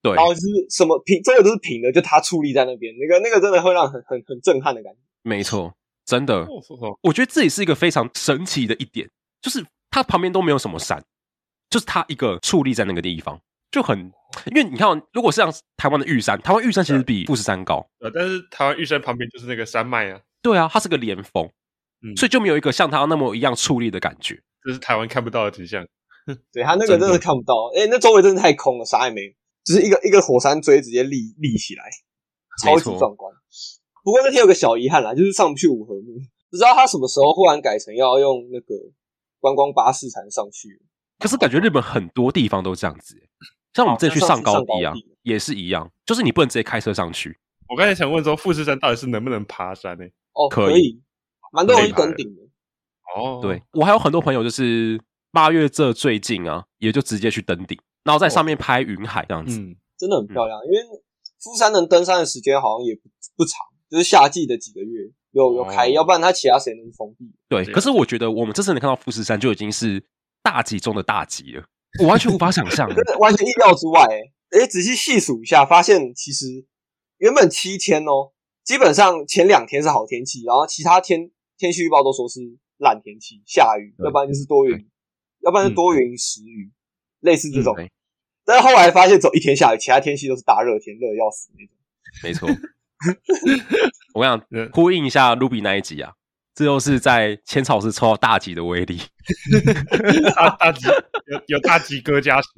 Speaker 1: 对，
Speaker 3: 哦
Speaker 2: 然后就是什么平，周围都是平的，就它矗立在那边，那个那个真的会让很很很震撼的感觉。
Speaker 1: 没错，真的，
Speaker 3: 我说说
Speaker 1: 我觉得这也是一个非常神奇的一点，就是它旁边都没有什么山，就是它一个矗立在那个地方，就很，因为你看哦，如果是像台湾的玉山，台湾玉山其实比富士山高，
Speaker 3: 呃，但是台湾玉山旁边就是那个山脉啊，
Speaker 1: 对啊，它是个连峰，
Speaker 3: 嗯
Speaker 1: 所以就没有一个像它那么一样矗立的感觉。
Speaker 3: 这是台湾看不到的景象。
Speaker 2: 对，它那个真的是看不到，哎、那周围真的太空了，啥也没有，就是一个一个火山锥直接立立起来，超
Speaker 1: 没
Speaker 2: 级
Speaker 1: 错
Speaker 2: 壮观。不过那天有个小遗憾啦，就是上不去五合目，不知道它什么时候忽然改成要用那个观光巴士才能上去。
Speaker 1: 可是感觉日本很多地方都这样子欸，像我们之前去上高地啊
Speaker 2: 哦像上次上高地，
Speaker 1: 也是一样，就是你不能直接开车上去。
Speaker 3: 我刚才想问说，富士山到底是能不能爬山呢？
Speaker 2: 哦，
Speaker 1: 可以
Speaker 2: 可以，蛮多人去
Speaker 3: 可以
Speaker 2: 登顶的。
Speaker 3: 哦，
Speaker 1: 对，我还有很多朋友就是八月这最近啊，也就直接去登顶，然后在上
Speaker 2: 哦
Speaker 1: 面拍云海这样子。
Speaker 3: 嗯，
Speaker 2: 真的很漂亮。因为富士山能登山的时间好像也不不长，就是夏季的几个月有有开，
Speaker 3: 哦
Speaker 2: 要不然它其他时间都是封闭的。
Speaker 1: 对，
Speaker 3: 对
Speaker 1: 可是我觉得我们这次能看到富士山就已经是大集中的大集了，我完全无法想 象
Speaker 2: 真的完全意料之外、欸。哎、仔细细数一下，发现其实原本七天哦，基本上前两天是好天气，然后其他天天气预报都说是烂天气，下雨，
Speaker 1: 对嗯哎
Speaker 2: 要不然就是多云，要不然是多云时雨，类似这种。
Speaker 1: 对
Speaker 2: 但是后来发现走一天下雨，其他天气都是大热天，热的要死那种。
Speaker 1: 没 错。我跟你
Speaker 3: 嗯
Speaker 1: 讲，呼应一下 Ruby 那一集啊，这又是在千草市抽到大吉的威力。
Speaker 3: 大大吉有有大吉哥加持，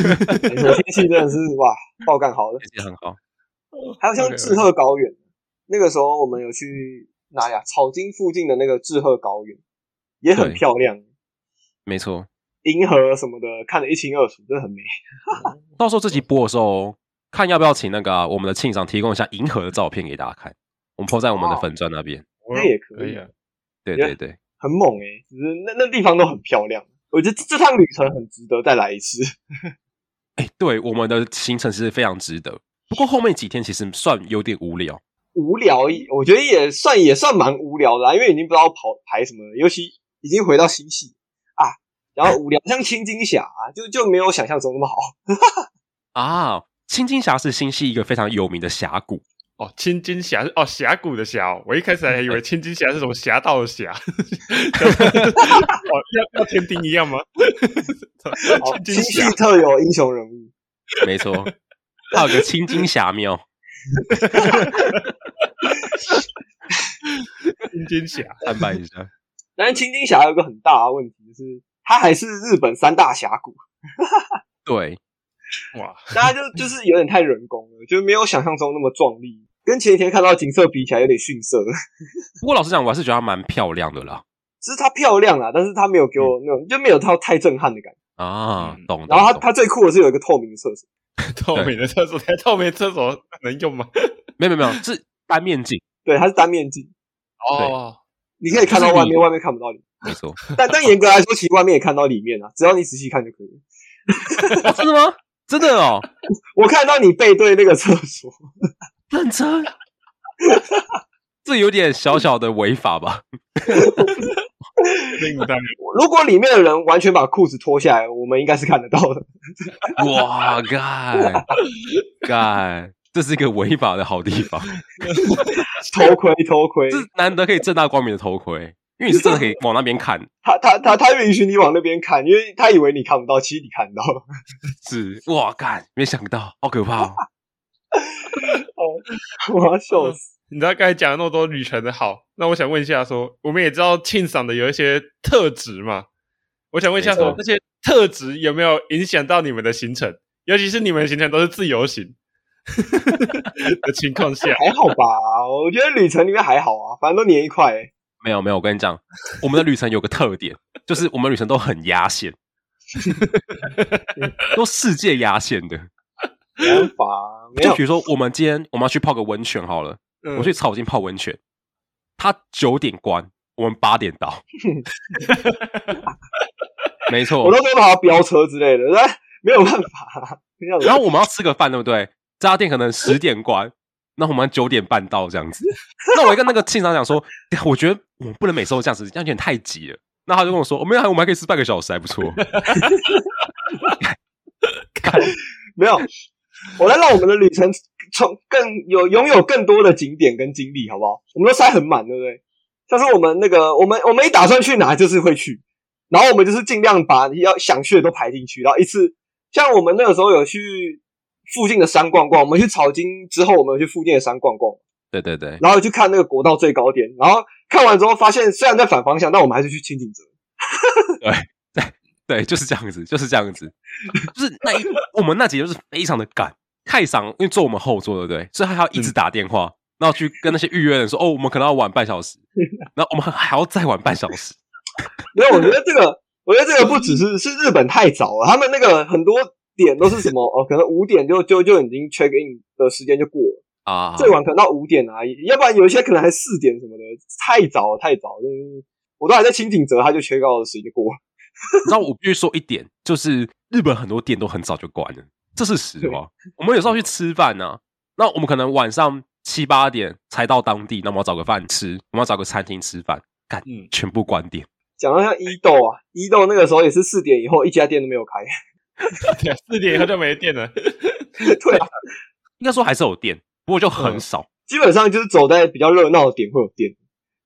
Speaker 2: 没哎错，天气真的是哇，爆干好了。
Speaker 1: 也很好。
Speaker 2: 还有像
Speaker 3: OK，OK
Speaker 2: 志贺高原那个时候我们有去哪里啊？草津附近的那个志贺高原也很
Speaker 1: 对
Speaker 2: 漂亮，
Speaker 1: 没错，
Speaker 2: 银河什么的看得一清二楚，真的很美。
Speaker 1: 到时候这集播的时候，看要不要请那个啊、我们的庆赏提供一下银河的照片给大家看，我们 po 在我们的粉砖那边。
Speaker 3: 我
Speaker 2: 那也可以
Speaker 3: 可以啊。
Speaker 1: 对
Speaker 2: 也
Speaker 1: 对对，
Speaker 2: 很猛诶、只是那那地方都很漂亮。我觉得这这趟旅程很值得再来一次。
Speaker 1: 哎，对，我们的行程是非常值得。不过后面几天其实算有点无聊，
Speaker 2: 无聊，我觉得也算也算蛮无聊的啊啦，因为已经不知道跑排什么了，尤其已经回到星系啊，然后无聊，像青金峡啊，就就没有想象中 那么好。
Speaker 1: 啊，青金峡是新系一个非常有名的峡谷，
Speaker 3: 哦，青金峡是哦，峡谷的峡哦，我一开始还以为青金峡 是什么侠盗的侠，哦，要要天丁一 样吗？
Speaker 2: 好
Speaker 3: 青金
Speaker 2: 星哦系
Speaker 3: 峡
Speaker 2: 特有英雄人物，
Speaker 1: 没错，它有个青金峡庙，
Speaker 3: 青金峡，
Speaker 1: 参拜一下。
Speaker 2: 但是青金峡有一个很大的问题，就是它还是日本三大峡谷，
Speaker 1: 对，
Speaker 3: 哇，
Speaker 2: 大家就 就是有点太人工了，就是没有想象中那么壮丽，跟前几天看到景色比起来有点逊色。
Speaker 1: 不过老实讲，我还是觉得它蛮漂亮的啦。
Speaker 2: 只是它漂亮啦，但是它没有给我那种、就没有到太震撼的感觉。
Speaker 1: 啊，
Speaker 3: 嗯
Speaker 1: 懂。
Speaker 2: 然后它
Speaker 1: 嗯懂懂
Speaker 2: 它最酷的是有一个透明的厕所，
Speaker 3: 透明的厕所，透明的厕所能用吗？
Speaker 1: 没有没有没有是单面镜，
Speaker 2: 对，它是单面镜，
Speaker 3: 哦，
Speaker 2: 你可 以看到
Speaker 1: 就是
Speaker 2: 外
Speaker 1: 你
Speaker 2: 面，外面看不到里面。
Speaker 1: 没错。
Speaker 2: 但但严格来说，其实外面也看到里面啊，只要你仔细看就可以了。
Speaker 1: 哦真的吗？真的哦，
Speaker 2: 我看到你背对那个厕所，
Speaker 1: 认真。这有点小小的违法吧？
Speaker 3: 令人
Speaker 2: 如果里面的人完全把裤子脱下来，我们应该是看得到 的。
Speaker 1: 哇，干干，这是一个违法的好地方，
Speaker 2: 头盔，头盔
Speaker 1: 这，是难得可以正大光明的头盔，因为你是真的可以往那边看。
Speaker 2: 他他他他允许你往那边看，因为他以为你看不到，其实你 看到了。
Speaker 1: 是哇，干，没想到，好可怕、哦。
Speaker 2: 我要笑死！
Speaker 3: 你知道刚才讲了那么多旅程的好，那我想问一下说，我们也知道庆赏的有一些特质嘛？我想问一下
Speaker 1: 没
Speaker 3: 说
Speaker 1: 错，
Speaker 3: 那些特质有没有影响到你们的行程？尤其是你们的行程都是自 由行的情况下，
Speaker 2: 还好吧，我觉得旅程里面还好啊，反正都粘一块、欸。
Speaker 1: 没有没有，我跟你讲，我们的旅程有个特点， 就是我们旅程都很压 线，都世界压线的。
Speaker 2: 没办法啊， 没
Speaker 1: 就
Speaker 2: 有
Speaker 1: 比如说，我们今天我们要去泡个温泉好了，
Speaker 3: 嗯
Speaker 1: 我去草津泡温泉，它九点关，我们八点 到。没
Speaker 2: 我
Speaker 1: 错
Speaker 2: 都，说他要飙车之类的，但没有办法、啊。这样子
Speaker 1: 然后我们要吃个饭，对不对？这家店可能十点关，那我们九点半到这样子。那我跟那个庆长讲说，哎我觉得我们不能每次都这样子，这样有点太急了。那他就跟我说，我哦啊们还我们还可以吃半个小时，还不错。
Speaker 2: 没有，我来让我们的旅程从更有拥有更多的景点跟经历，好不好？我们都塞很满，对不对？像是我们那个，我们我们一打算去哪，就是会去，然后我们就是尽量把要想去的都排进去，然后一次。像我们那个时候有去附近的山逛逛，我们去草津之后，我们有去附近的山逛逛，
Speaker 1: 对对对，
Speaker 2: 然后去看那个国道最高点，然后看完之后发现虽然在反方向，但我们还是去清景泽。
Speaker 1: 对，就是这样子，就是这样子，就是那一我们那集就是非常的赶，太长，因为坐我们后座，对不对？所以他还要
Speaker 2: 嗯
Speaker 1: 一直打电话，然后去跟那些预约的人说，哦，我们可能要晚半小 时，然后我们还要再晚半小时，
Speaker 2: 没有，我觉得这个， 我觉得这个不只是是日本太早了，他们那个很多点都是什么哦，可能五点就就就已经 check in 的时间就过了，
Speaker 1: 啊，
Speaker 2: 最晚可能到五点啊，要不然有一些可能还四点什么的，太早了太早了，就是我都还在清景泽，他就 check out 的时间就过了。
Speaker 1: 你知道我必须说一点，就是日本很多店都很早就关了，这是实话。我们有时候去吃饭呢、那我们可能晚上七八点才到当地，那我们要找个饭吃，我们要找个餐厅吃饭，干
Speaker 3: 嗯，
Speaker 1: 全部关店。
Speaker 2: 讲到像伊豆啊，伊豆那个时候也是四点以后一家店都没有开，
Speaker 3: 对啊四点以后就没 电了。
Speaker 2: 对啊，
Speaker 1: 应该说还是有店，不过就很
Speaker 3: 嗯
Speaker 1: 少。
Speaker 2: 基本上就是走在比较热闹的点会有店，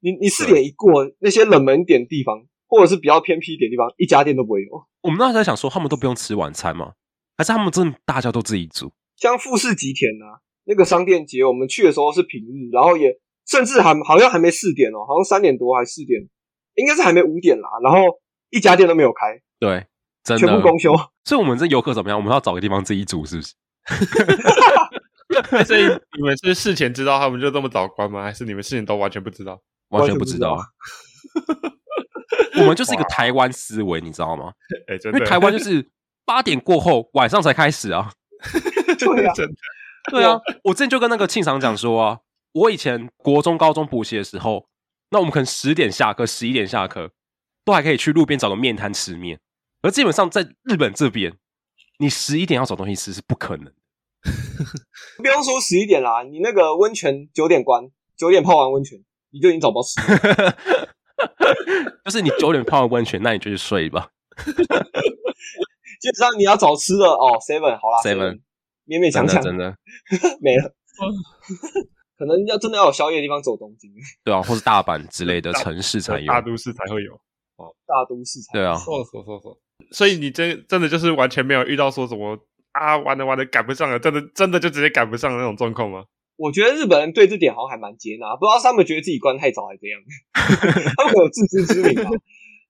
Speaker 2: 你你四点一过，那些冷门点地方或者是比较偏僻一点地方，一家店都不会有。
Speaker 1: 我们那时候在想说，他们都不用吃晚餐嘛？还是他们真的大家都自己煮？
Speaker 2: 像富士吉田呐、那个商店街，我们去的时候是平日，然后也甚至还好像还没四点哦，好像三点多还四点，应该是还没五点啦。然后一家店都没有开，
Speaker 1: 对，真
Speaker 2: 全部
Speaker 1: 的。啊
Speaker 2: 公休。
Speaker 1: 所以我们这游客怎么样？我们要找个地方自己煮，是不是？
Speaker 3: 所以你们是事前知道他们就这么早关吗？还是你们事前都完全不知道？
Speaker 1: 完
Speaker 2: 完
Speaker 1: 全
Speaker 2: 全
Speaker 1: 不
Speaker 2: 不
Speaker 1: 知
Speaker 2: 知
Speaker 1: 道
Speaker 2: 道
Speaker 1: 啊。我们就是一个台湾思维，你知道吗？
Speaker 3: 哎、真
Speaker 1: 因
Speaker 3: 的，
Speaker 1: 为台湾就是八点过后晚上才开始啊。
Speaker 2: 对啊
Speaker 3: 真的
Speaker 1: 对啊，我之前就跟那个庆长讲说啊，我以前国中、高中补习的时候，那我们可能十点下课、十一点下课，都还可以去路边找个面摊吃面。而基本上在日本这边，你十一点要找东西吃是不可能的。
Speaker 2: 不用说十一点啦，你那个温泉九点关，九点泡完温泉你就已经找不到吃。
Speaker 1: 就是你九点泡完温泉，那你就去睡吧。
Speaker 2: 基本上你要找吃的哦，seven 好啦
Speaker 1: Seven
Speaker 2: 勉
Speaker 1: 真
Speaker 2: 勉强
Speaker 1: 的
Speaker 2: 强
Speaker 1: 真的，
Speaker 2: 没了。可能要真的要有宵夜的地方走东京，
Speaker 1: 对啊，或是大阪之类的城市才有
Speaker 3: 大。都市才会有。
Speaker 2: 大都市才
Speaker 1: 对啊，
Speaker 3: 错错错错。所以你真真的就是完全没有遇到说什么啊，玩的玩的赶不上了，真的真的就直接赶不上了那种状况吗？
Speaker 2: 我觉得日本人对这点好像还蛮接纳，不知道是他们觉得自己关太早还是怎 样，他们可能有自知之明吧。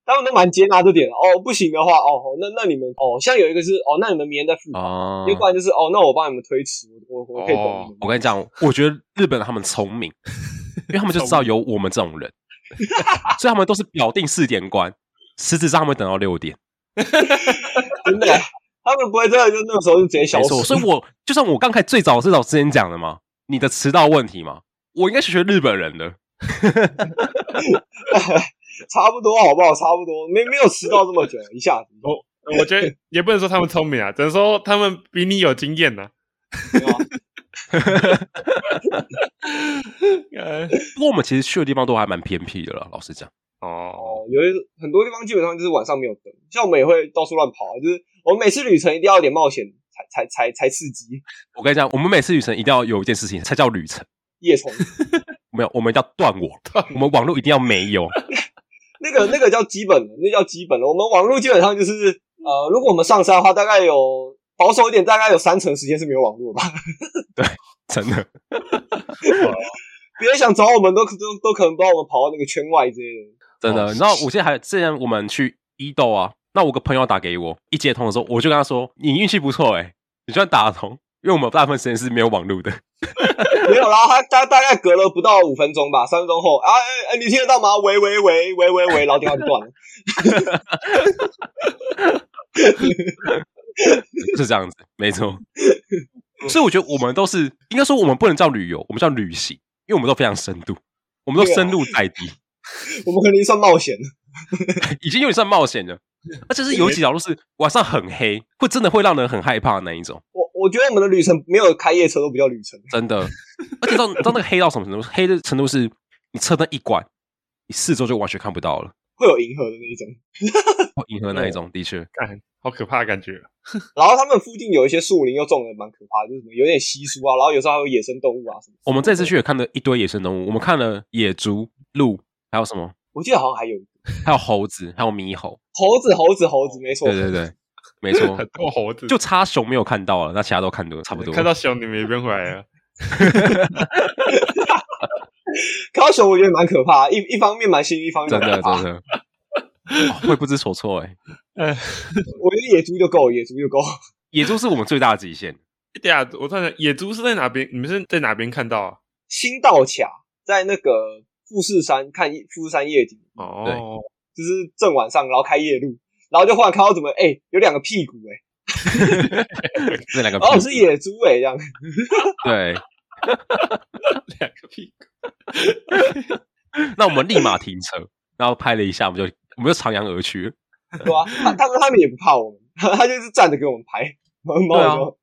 Speaker 2: 他们都蛮接纳这点的哦，不行的话哦，那那你们哦，像有一个是哦，那你们明天再付款，
Speaker 1: 哦
Speaker 2: 要、不然就是哦，那我帮你们推迟，我我我可以懂你们。
Speaker 1: 我跟你讲，我觉得日本人他们聪明，因为他们就知道有我们这种人，所以他们都是表定四点关，实质上他们等到六点。
Speaker 2: 真的，啊他们不会真的就那个时候就直接消
Speaker 1: 没
Speaker 2: 失
Speaker 1: 错，。所以我就算我刚才最早最早之前讲的嘛，你的迟到问题嘛，我应该是学日本人的。
Speaker 2: 差不多好不好？差不多，没没有迟到这么久，一下子。
Speaker 3: 哦我 觉得也不能说他们聪明啊，只能说他们比你有经验呐、
Speaker 2: 对吧
Speaker 3: 呃，
Speaker 1: 不过我们其实去的地方都还蛮偏僻的了，老实讲。
Speaker 3: 哦，
Speaker 2: 哦，有一很多地方基本上就是晚上没有灯，像我们也会到处乱跑啊，就是我们每次旅程一定要有点冒险，才才才才刺激。
Speaker 1: 我跟你讲，我们每次旅程一定要有一件事情才叫旅程，
Speaker 2: 夜虫，
Speaker 1: 没有，我们一定要断网，我们网络一定要没有。
Speaker 2: 那个那个叫基本的，那叫基本的。我们网络基本上就是呃，如果我们上山的话，大概有保守一点，大概有三成时间是没有网络吧。
Speaker 1: 真的，
Speaker 2: 别人想找我们都都都可能把我们跑到那个圈外之类的。
Speaker 1: 真的。
Speaker 3: 哦
Speaker 1: 你知道，我记得还之前我们去伊豆啊，那我个朋友打给我，一接通的时候，我就跟他说：“你运气不错哎、你居然打得通，因为我们大部分时间是没有网络的。
Speaker 2: 没有啦，他他大概隔了不到五分钟吧，三分钟后啊，哎、哎你听得到吗？喂喂喂喂喂喂，然后电话就断了。”
Speaker 1: 是这样子，没错。所以我觉得我们都是应该说，我们不能叫旅游，我们叫旅行，因为我们都非常深度，我们都
Speaker 2: 对啊
Speaker 1: 深入在地，
Speaker 2: 我们肯定算冒险了。
Speaker 1: 已经有点算冒险了。而且是有几条路是晚上很黑，会真的会让人很害怕的那一种，
Speaker 2: 我我觉得我们的旅程没有开夜车都不叫旅程，
Speaker 1: 真的。而且到你知道那个黑到什么程度？黑的程度是你车灯一关，你四周就完全看不到了。
Speaker 2: 会有银河的那一种。
Speaker 1: 哦银河那一种，的确，
Speaker 3: 干，好可怕的感觉。
Speaker 2: 然后他们附近有一些树林又种的蛮可怕的，就是什么有点稀疏啊，然后有时候还有野生动物啊什么。
Speaker 1: 我们这次去也看了一堆野生动物，我们看了野猪、鹿，还有什么？
Speaker 2: 我记得好像还有一个
Speaker 1: 还有猴子，还有猕猴。
Speaker 2: 猴子，猴子，猴子，没错，
Speaker 1: 对对对，没错
Speaker 3: 很，多猴子，
Speaker 1: 就差熊没有看到了，那其他都看多差不多。
Speaker 3: 看到熊你们也不用回来了。
Speaker 2: 高雄我觉得蛮可怕，一一方面蛮新，一方面
Speaker 1: 真
Speaker 2: 蛮
Speaker 1: 的
Speaker 2: 可怕
Speaker 1: 真的、哦会不知所措哎、
Speaker 3: 呃，
Speaker 2: 我觉得野猪就够，野猪就够。
Speaker 1: 野猪是我们最大的极限。
Speaker 3: 对啊，我突然想野猪是在哪边？你们是在哪边看到啊？
Speaker 2: 新道卡在那个富士山看夜富士山夜景，
Speaker 3: 哦，
Speaker 2: 就是正晚上，然后开夜路，然后就忽然看到怎么哎、有两个屁股哎、
Speaker 1: 那两个
Speaker 2: 哦
Speaker 1: 屁
Speaker 2: 是野猪哎、这样，
Speaker 1: 对，
Speaker 3: 两个屁股。
Speaker 1: 那我们立马停车，然后拍了一下，我们就我们就徜徉而去。
Speaker 2: 对吧、他他们他们也不怕我们， 他就是站着给我们拍，蛮蛮
Speaker 1: 啊
Speaker 2: 好笑的。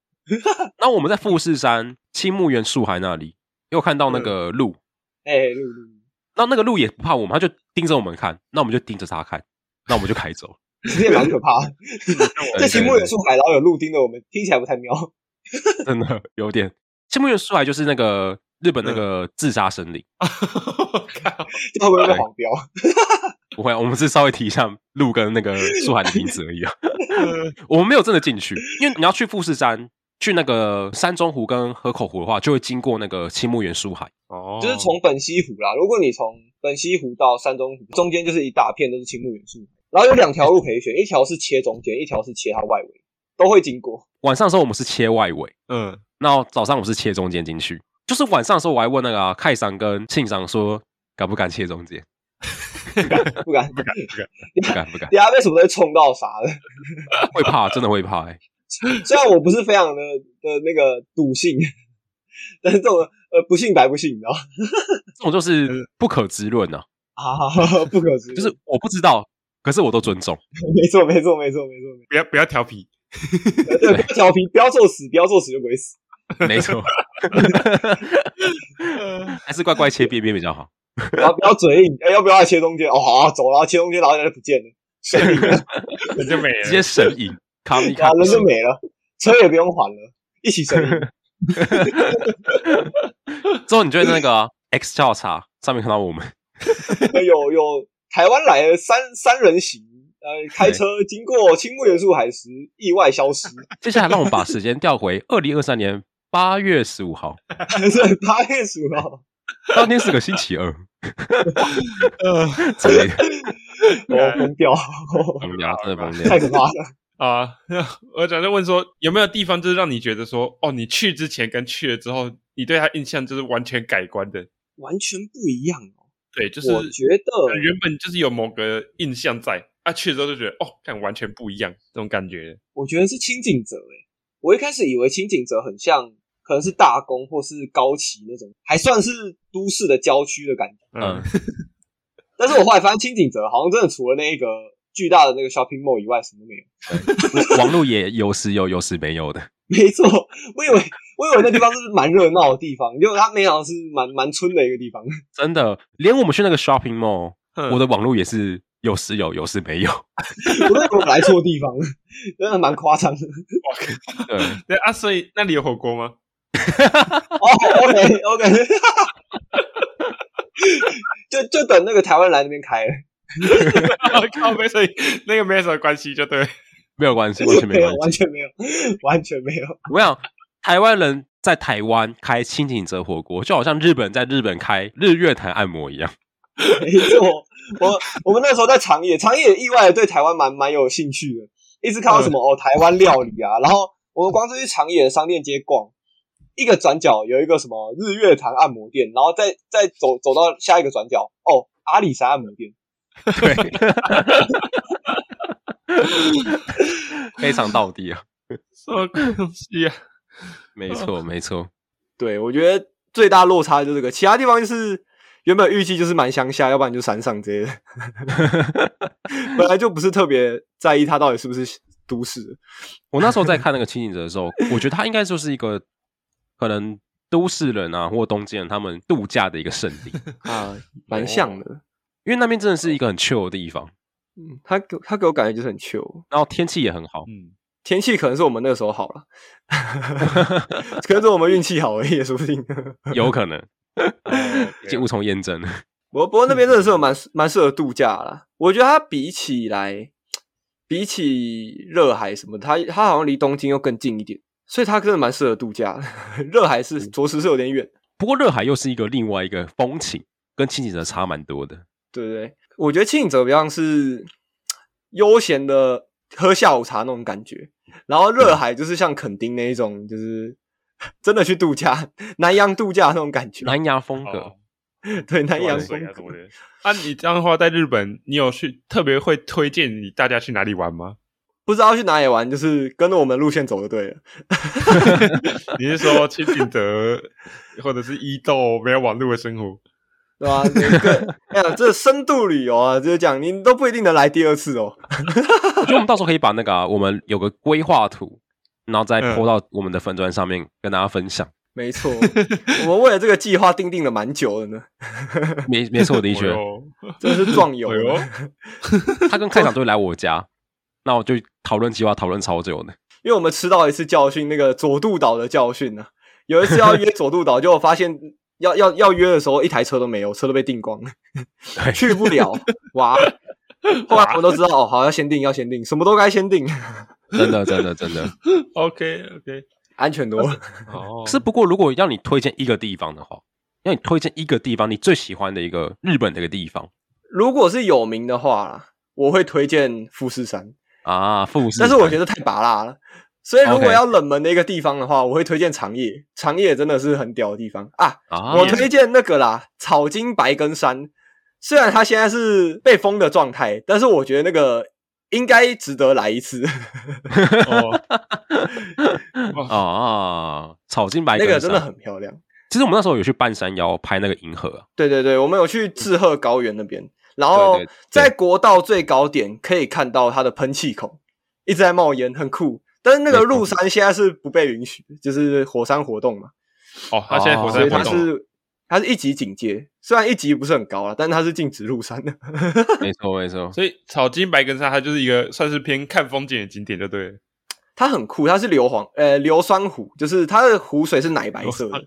Speaker 1: 那我们在富士山青木原树海那里又看到那个鹿，
Speaker 2: 哎、路路路
Speaker 1: 那那个鹿也不怕我们，它就盯着我们看，那我们就盯着它看，那我们就开走。
Speaker 2: 其实也蛮可怕的。
Speaker 1: 对
Speaker 2: 这期末有树海，然后有路盯着我们，听起来不太妙。
Speaker 1: 真的有点青木原树海就是那个日本那个自杀森林。
Speaker 3: 靠
Speaker 2: 这会不会被黄标？
Speaker 1: 不会，我们是稍微提一下鹿跟那个素涵的名字而已啊。 我们没有真的进去，因为你要去富士山，去那个山中湖跟河口湖的话，就会经过那个青木原树海。
Speaker 3: 哦，
Speaker 2: 就是从本溪湖啦。如果你从本溪湖到山中湖，中间就是一大片都是青木原树，然后有两条路可以选，一条是切中间，一条是切它外围，都会经过。
Speaker 1: 晚上的时候我们是切外围，
Speaker 3: 嗯，
Speaker 1: 那早上我是切中间进去。就是晚上的时候我还问那个啊凯、桑跟庆桑说敢不敢切中间，
Speaker 2: 不 敢，不
Speaker 3: 不敢不敢，
Speaker 1: 不敢不敢，
Speaker 2: 等下被什么东西冲到啥的。
Speaker 1: 会怕，真的会怕、欸。
Speaker 2: 虽然我不是非常的的那个笃信， 但是这种呃不信白不信，你知道吗
Speaker 1: 这种
Speaker 2: 呃
Speaker 1: 就是不可知论啊，
Speaker 2: 啊， 不可知，
Speaker 1: 就是我不知道，可是我都尊重。
Speaker 2: 没错，没错，没错，没错，没
Speaker 3: 不要不要 调皮，
Speaker 2: 错， 对，不要调皮，不要作死，不要作死就不会死。
Speaker 1: 没错，
Speaker 2: 呃
Speaker 1: 还是乖乖切边边比较好。
Speaker 2: 然后不要嘴硬，哎、要不要来切中间？哦，好、啊，走了，然后切中间，然后人家就不见了，谁赢了？
Speaker 3: 人就没了，
Speaker 1: 直接神隐，卡米
Speaker 2: 然
Speaker 1: 卡
Speaker 2: 后啊人就没了，车也不用还了，一起 神隐。
Speaker 1: 之后，你就会在那个啊、X 交叉上面看到我们，
Speaker 2: 有有台湾来的三三人行，呃，开车经过青木元素海时意外消 失，
Speaker 1: 接下来让我们把时间调回二零二三年八月十五号，
Speaker 2: 是八月十五号。
Speaker 1: 当天是个星期二
Speaker 3: 呃
Speaker 1: 之类的，
Speaker 2: 我哦疯掉，
Speaker 1: 疯掉，真的疯
Speaker 2: 太
Speaker 1: 掉。
Speaker 2: 可怕了。
Speaker 3: 啊， 那我想就问说，有没有地方就是让你觉得说，哦，你去之前跟去了之后，你对他印象就是完全改观的？
Speaker 2: 完全不一样哦。
Speaker 3: 对，就是
Speaker 2: 我觉得
Speaker 3: 原本就是有某个印象在，啊，去了之后就觉得，哦，看完全不一样这种感觉。
Speaker 2: 我觉得是清景泽诶，我一开始以为清景泽很像，可能是大宫或是高崎那种，还算是都市的郊区的感觉。
Speaker 1: 嗯，
Speaker 2: 但是我后来发现清景泽好像真的除了那个巨大的那个 shopping mall 以外，什么都没有。
Speaker 1: 网络也有时有，有时没有的。
Speaker 2: 没错，我以为我以为那地方是蛮热闹的地方，结果它没想到是蛮蛮村的一个地方。
Speaker 1: 真的，连我们去那个 shopping mall，
Speaker 3: 嗯
Speaker 1: 我的网络也是有时有，有时没 有。
Speaker 2: 我都以为我来错地方 了，真的蛮夸张的。
Speaker 1: 对，
Speaker 3: 对啊，所以那里有火锅吗？
Speaker 2: 哦，OK OK，就就等那个台湾来那边开了。
Speaker 3: 靠背，所以那个没什么关系，就对。
Speaker 1: 没有关系，完全没关
Speaker 2: 有，
Speaker 1: 系。
Speaker 2: 完全没有，完全没有。
Speaker 1: 我想，台湾人在台湾开清景泽火锅，就好像日本人在日本开日月潭按摩一样。
Speaker 2: 没错，我我们那时候在长野，长野意外的对台湾蛮蛮有兴趣的，一直看到什么、哦台湾料理啊，然后我们光是去长野的商店街逛，一个转角有一个什么日月潭按摩店，然后再再走走到下一个转角哦阿里山按摩店，
Speaker 1: 对， 非常到底啊，
Speaker 3: 什么东西啊？
Speaker 1: 没错没错，
Speaker 2: 对我觉得最大落差就是这个，其他地方就是。原本预计就是蛮乡下，要不然就山上这 些，本来就不是特别在意它到底是不是都市。
Speaker 1: 我那时候在看那个《清醒者》的时候，我觉得他应该就是一个可能都市人啊，或东京人他们度假的一个圣地，
Speaker 4: 啊，蛮像的。
Speaker 1: 因为那边真的是一个很 chill 的地方，
Speaker 4: 嗯，他给他给我感觉就是很 chill，
Speaker 1: 然后天气也很 好。
Speaker 3: 嗯，
Speaker 4: 天气可能是我们那个时候好了， 可能是我们运气好而已，也说不定。
Speaker 1: 有可能，
Speaker 3: 哦
Speaker 1: 已经无从验证了。
Speaker 4: 不过不过那边真的是有蛮蛮适合度假啦，我觉得它比起来，比起热海什么，它它好像离东京又更近一点，所以它真的蛮适合度假的。热海是着实是有点远，
Speaker 1: 不过热海又是一个另外一个风情，跟清景泽差蛮多的。
Speaker 4: 对不对？我觉得庆泽比较像是悠闲的喝下午茶那种感觉，然后热海就是像垦丁那一种，就是 真的去度假，南洋度假那种感觉。
Speaker 1: 南洋风格，
Speaker 3: 哦
Speaker 4: 对，南洋
Speaker 3: 玩
Speaker 4: 风
Speaker 3: 水啊什
Speaker 4: 格
Speaker 3: 么。的。啊，你这样的话，在日本，你有去特别会推荐你大家去哪里玩吗？
Speaker 4: 不知道去哪里玩，就是跟着我们路线走就对了。
Speaker 3: 你是说清景泽 或者是伊豆没有网络的生活？
Speaker 4: 对吧、这个哎呀，这深度旅游啊，就是讲你都不一定能来第二次哦。
Speaker 1: 我觉得我们到时候可以把那个啊、我们有个规划图，然后再
Speaker 3: 嗯
Speaker 1: po 到我们的粉砖上面跟大家分 享。
Speaker 4: 没错，我们为了这个计划定定了蛮久的呢，
Speaker 1: 没没错，的确，
Speaker 3: 哦哟
Speaker 4: 真的是壮游
Speaker 3: 哎呦
Speaker 4: 了。
Speaker 1: 他跟开场都会来我家，那我就讨论计划，讨论超久的。
Speaker 4: 因为我们吃到一次教训，那个佐渡岛的教训呢、
Speaker 2: 啊
Speaker 4: 有一次要约佐渡岛，结果发 现要要要约的时候，一台车都没有，车都被订光了，去不了。哇，
Speaker 2: 后来我们都知道，哦，好要先定，要先定，什么都该先定，
Speaker 1: 真 的真的真的。
Speaker 3: OK OK，
Speaker 2: 安全多了。
Speaker 3: 哦，
Speaker 1: 是不过如果要你推荐一个地方的话，要你推荐一个地方，你最喜欢的一个日本的一个地方
Speaker 2: 如果是有名的话啦，我会推荐富士山，
Speaker 1: 啊，富士山。
Speaker 2: 但是我觉得太拔辣了。所以如果
Speaker 1: OK
Speaker 2: 要冷门的一个地方的话，我会推荐长野，长野真的是很屌的地方啊！
Speaker 1: 啊，
Speaker 2: 我推荐那个啦，草金白根山。虽然它现在是被封的状态，但是我觉得那个应该值得来一次。
Speaker 3: 哦，
Speaker 1: 啊，草金白
Speaker 2: 那
Speaker 1: 根
Speaker 2: 个真的
Speaker 1: 山。
Speaker 2: 很漂亮。
Speaker 1: 其实我们那时候有去半山腰拍那个银河啊，
Speaker 2: 对对对，我们有去志贺高原那边，然后
Speaker 1: 对对
Speaker 2: 在国道最高点可以看到它的喷气孔一直在冒烟，很酷。但是那个
Speaker 1: 没错
Speaker 2: 入山现在是不被允许，就是火山活动嘛，
Speaker 3: 哦，他现在火
Speaker 1: 哦
Speaker 2: 所
Speaker 3: 山
Speaker 2: 以
Speaker 3: 活
Speaker 2: 它
Speaker 3: 动了，
Speaker 2: 是它是一级警戒，虽然一级不是很高了，但是它是禁止入山的。
Speaker 1: 没错没错。
Speaker 3: 所以草金白根山它就是一个算是偏看风景的景点，就对了。
Speaker 2: 它很酷，它是硫磺呃硫酸湖，就是它的湖水是奶白色的
Speaker 3: 硫酸，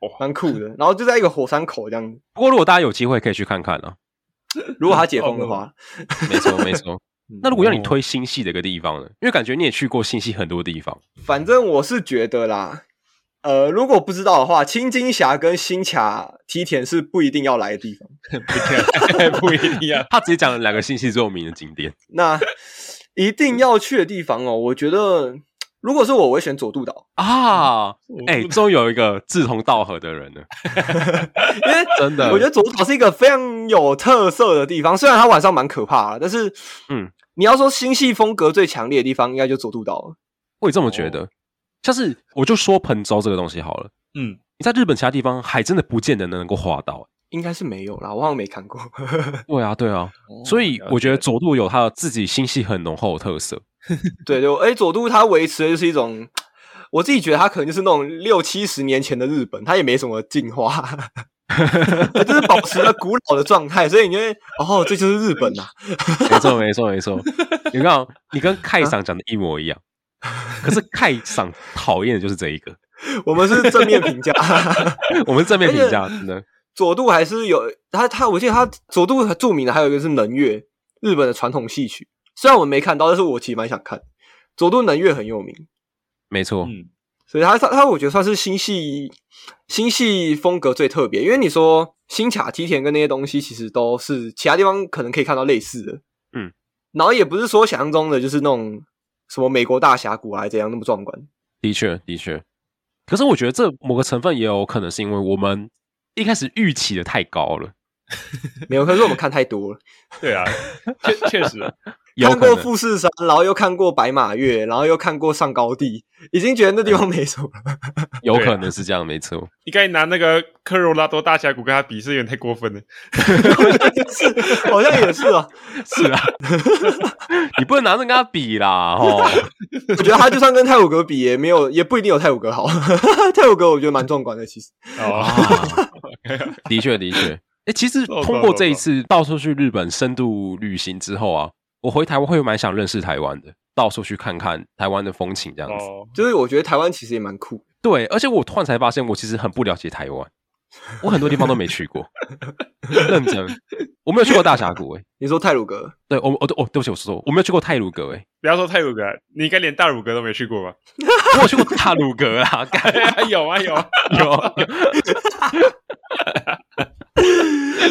Speaker 3: 哇，
Speaker 2: 蛮酷的。然后就在一个火山口这样，
Speaker 1: 不过如果大家有机会可以去看看啊，
Speaker 2: 如果它解封的话，
Speaker 1: 没错没错。
Speaker 2: 嗯
Speaker 1: 那如果要你推
Speaker 3: 哦
Speaker 1: 新系的一个地方呢？因为感觉你也去过新系很多地方
Speaker 2: 反正我是觉得啦，呃，如果不知道的话，青金峡跟新卡梯田是不一定要来的地方。
Speaker 3: 哦不一定啊。
Speaker 1: 他直接讲了两个新系最有名的景 点
Speaker 2: 那一定要去的地方哦，我觉得如果是我，我会选佐渡岛，
Speaker 1: 啊！ 哎、
Speaker 3: 我
Speaker 1: 终于有一个志同道合的人了，
Speaker 2: 因为
Speaker 1: 真的。
Speaker 2: 我觉得佐渡岛是一个非常有特色的地方，虽然它晚上蛮可怕的，但是
Speaker 1: 嗯，
Speaker 2: 你要说星系风格最强烈的地方，应该就佐渡岛了。
Speaker 1: 我也这么觉
Speaker 3: 哦
Speaker 1: 得。像是我就说彭州这个东西好了，
Speaker 3: 嗯，
Speaker 1: 你在日本其他地方还真的不见得能够画 到、
Speaker 2: 应该是没有啦，我好像没看过。
Speaker 1: 对啊，对啊， 所以
Speaker 3: 哦了解
Speaker 1: 我觉得佐渡有它的自己心系很浓厚的特 色。
Speaker 2: 对对，哎，佐渡它维持的就是一种，我自己觉得它可能就是那种六七十年前的日本，它也没什么进化， 就是保持了古老的状态，所以你就会哦，这就是日本呐、
Speaker 1: 没错，没错，没错。你看，哦你
Speaker 3: 啊
Speaker 1: 跟凯赏讲的一模一 样，可是凯赏讨厌的就是这一个。
Speaker 2: 我们是正面评价。
Speaker 1: 我们正面评价真的
Speaker 2: 佐渡还是有它它，我记得它佐渡很著名的还有一个是能乐，日本的传统戏曲，虽然我没看到，但是我其实蛮想看。佐渡能乐很有名，
Speaker 1: 没错，
Speaker 3: 嗯，
Speaker 2: 所以它它它，我觉得算是星系星系风格最特别，因为你说新卡梯田跟那些东西，其实都是其他地方可能可以看到类似的，
Speaker 1: 嗯，
Speaker 2: 然后也不是说想象中的就是那种什么美国大峡谷啊还是怎样那么壮观，
Speaker 1: 的确，的确。可是我觉得这某个成分也有可能是因为我们一开始预期的太高了，
Speaker 2: 没有，可是我们看太多了，
Speaker 3: 对啊，确确实啊，
Speaker 1: 有
Speaker 2: 看
Speaker 1: 可
Speaker 2: 过
Speaker 1: 能
Speaker 2: 富士山，然后又看过白马岳，然后又看过上高地，已经觉得那地
Speaker 1: 嗯
Speaker 2: 方没什么了。
Speaker 1: 有
Speaker 3: 对啊
Speaker 1: 可能是这样，没 错。
Speaker 3: 应该拿那个科罗拉多大峡谷跟他比，是有点太过分了。
Speaker 2: 是，好像也是啊。
Speaker 1: 是啊， 你不能拿着跟他比啦，
Speaker 3: 啊
Speaker 1: 哦，
Speaker 2: 我觉得它就算跟泰晤格比，也没有，也不一定有泰晤格好。 泰晤格我觉得蛮壮观的，其实。
Speaker 3: 哦，
Speaker 1: 啊，的确，的确。哎，其实
Speaker 3: 糟糕
Speaker 1: 通过这一次到处去日本深度旅行之后啊，我回台湾会蛮想认识台湾的，到处去看看台湾的风情这样子。
Speaker 3: 哦，
Speaker 2: 就是我觉得台湾其实也蛮酷的，
Speaker 1: 对，而且我突然才发现，我其实很不了解台湾，我很多地方都没去过。认真，我没有去过大峡谷、欸，
Speaker 2: 你说泰鲁格，
Speaker 1: 对，我我对哦，对不起，我说错，我没有去过泰鲁格、欸，
Speaker 3: 不要说泰鲁格，你应该连大鲁格都没去过吧？
Speaker 1: 我有去过大鲁格啊，干
Speaker 3: 有啊有啊，
Speaker 1: 有有，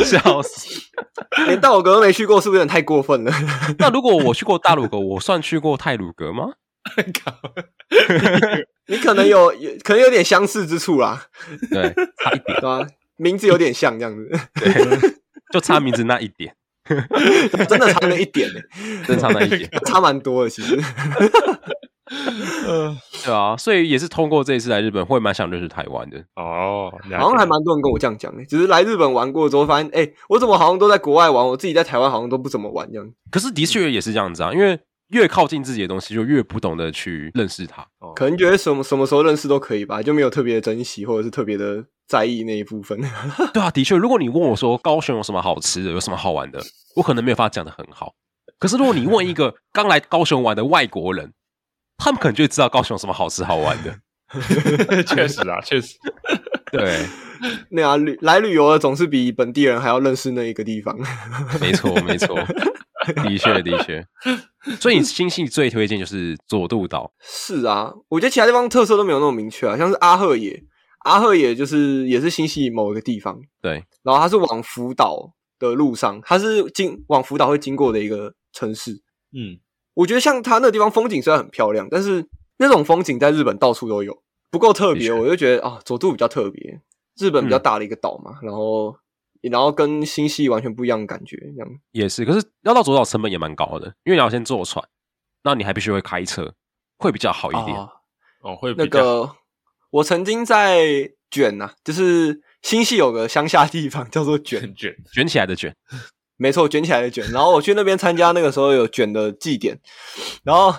Speaker 1: 笑死。
Speaker 2: 连大鲁格都没去过，是不是有点太过分了？
Speaker 1: 那如果我去过大鲁格，我算去过泰鲁格吗？
Speaker 3: 靠
Speaker 2: 你可能有，有可能有点相似之处啦，
Speaker 1: 对，差一点，
Speaker 2: 对吧、啊名字有点像这样子，
Speaker 1: 就差名字那一点，
Speaker 2: 真的差了一点呢、欸
Speaker 1: 真差那一点，
Speaker 2: 差蛮多的其实。
Speaker 1: 对啊，所以也是通过这一次来日本，会蛮想认识台湾的。
Speaker 3: 哦，了解
Speaker 2: 好像还蛮多人跟我这样讲的，只是来日本玩过之后发现，哎、我怎么好像都在国外玩，我自己在台湾好像都不怎么玩这样。
Speaker 1: 可是的确也是这样子啊，因为越靠近自己的东西，就越不懂得去认识它。
Speaker 3: 哦
Speaker 2: 可能觉得什么什么时候认识都可以吧，就没有特别的珍惜或者是特别的在意那一部分。
Speaker 1: 对啊，的确，如果你问我说高雄有什么好吃的，有什么好玩的，我可能没有办法讲的很好。可是如果你问一个刚来高雄玩的外国人，他们可能就会知道高雄有什么好吃好玩的。
Speaker 3: 确实 啊，确实
Speaker 1: 对，
Speaker 2: 那啊，旅来旅游的总是比本地人还要认识那一个地方。
Speaker 1: 没错，没错。的确的确。所以你星系最推荐就是佐渡岛，
Speaker 2: 是啊，我觉得其他地方特色都没有那么明确啊，像是阿赫野，阿赫野就是也是新西某一个地方，
Speaker 1: 对，
Speaker 2: 然后它是往福岛的路上，它是经往福岛会经过的一个城市。
Speaker 3: 嗯，
Speaker 2: 我觉得像它那个地方风景虽然很漂亮，但是那种风景在日本到处都有，不够特
Speaker 1: 的
Speaker 2: 别，
Speaker 1: 确嗯
Speaker 2: 我就觉得啊，佐渡比较特别，日本比较大的一个岛嘛，然后然后跟新西完全不一样的感觉，这样
Speaker 1: 也是。可是要到佐渡岛成本也蛮高的，因为你要先坐船，那你还必须会开车，会比较好一点。
Speaker 2: 啊
Speaker 3: 哦，会比
Speaker 2: 那
Speaker 3: 较
Speaker 2: 个，我曾经在卷呐、就是新系有个乡下地方叫做卷
Speaker 3: 很，卷，
Speaker 1: 卷起来的卷，
Speaker 2: 没错，卷起来的卷。然后我去那边参加那个时候有卷的祭典，然后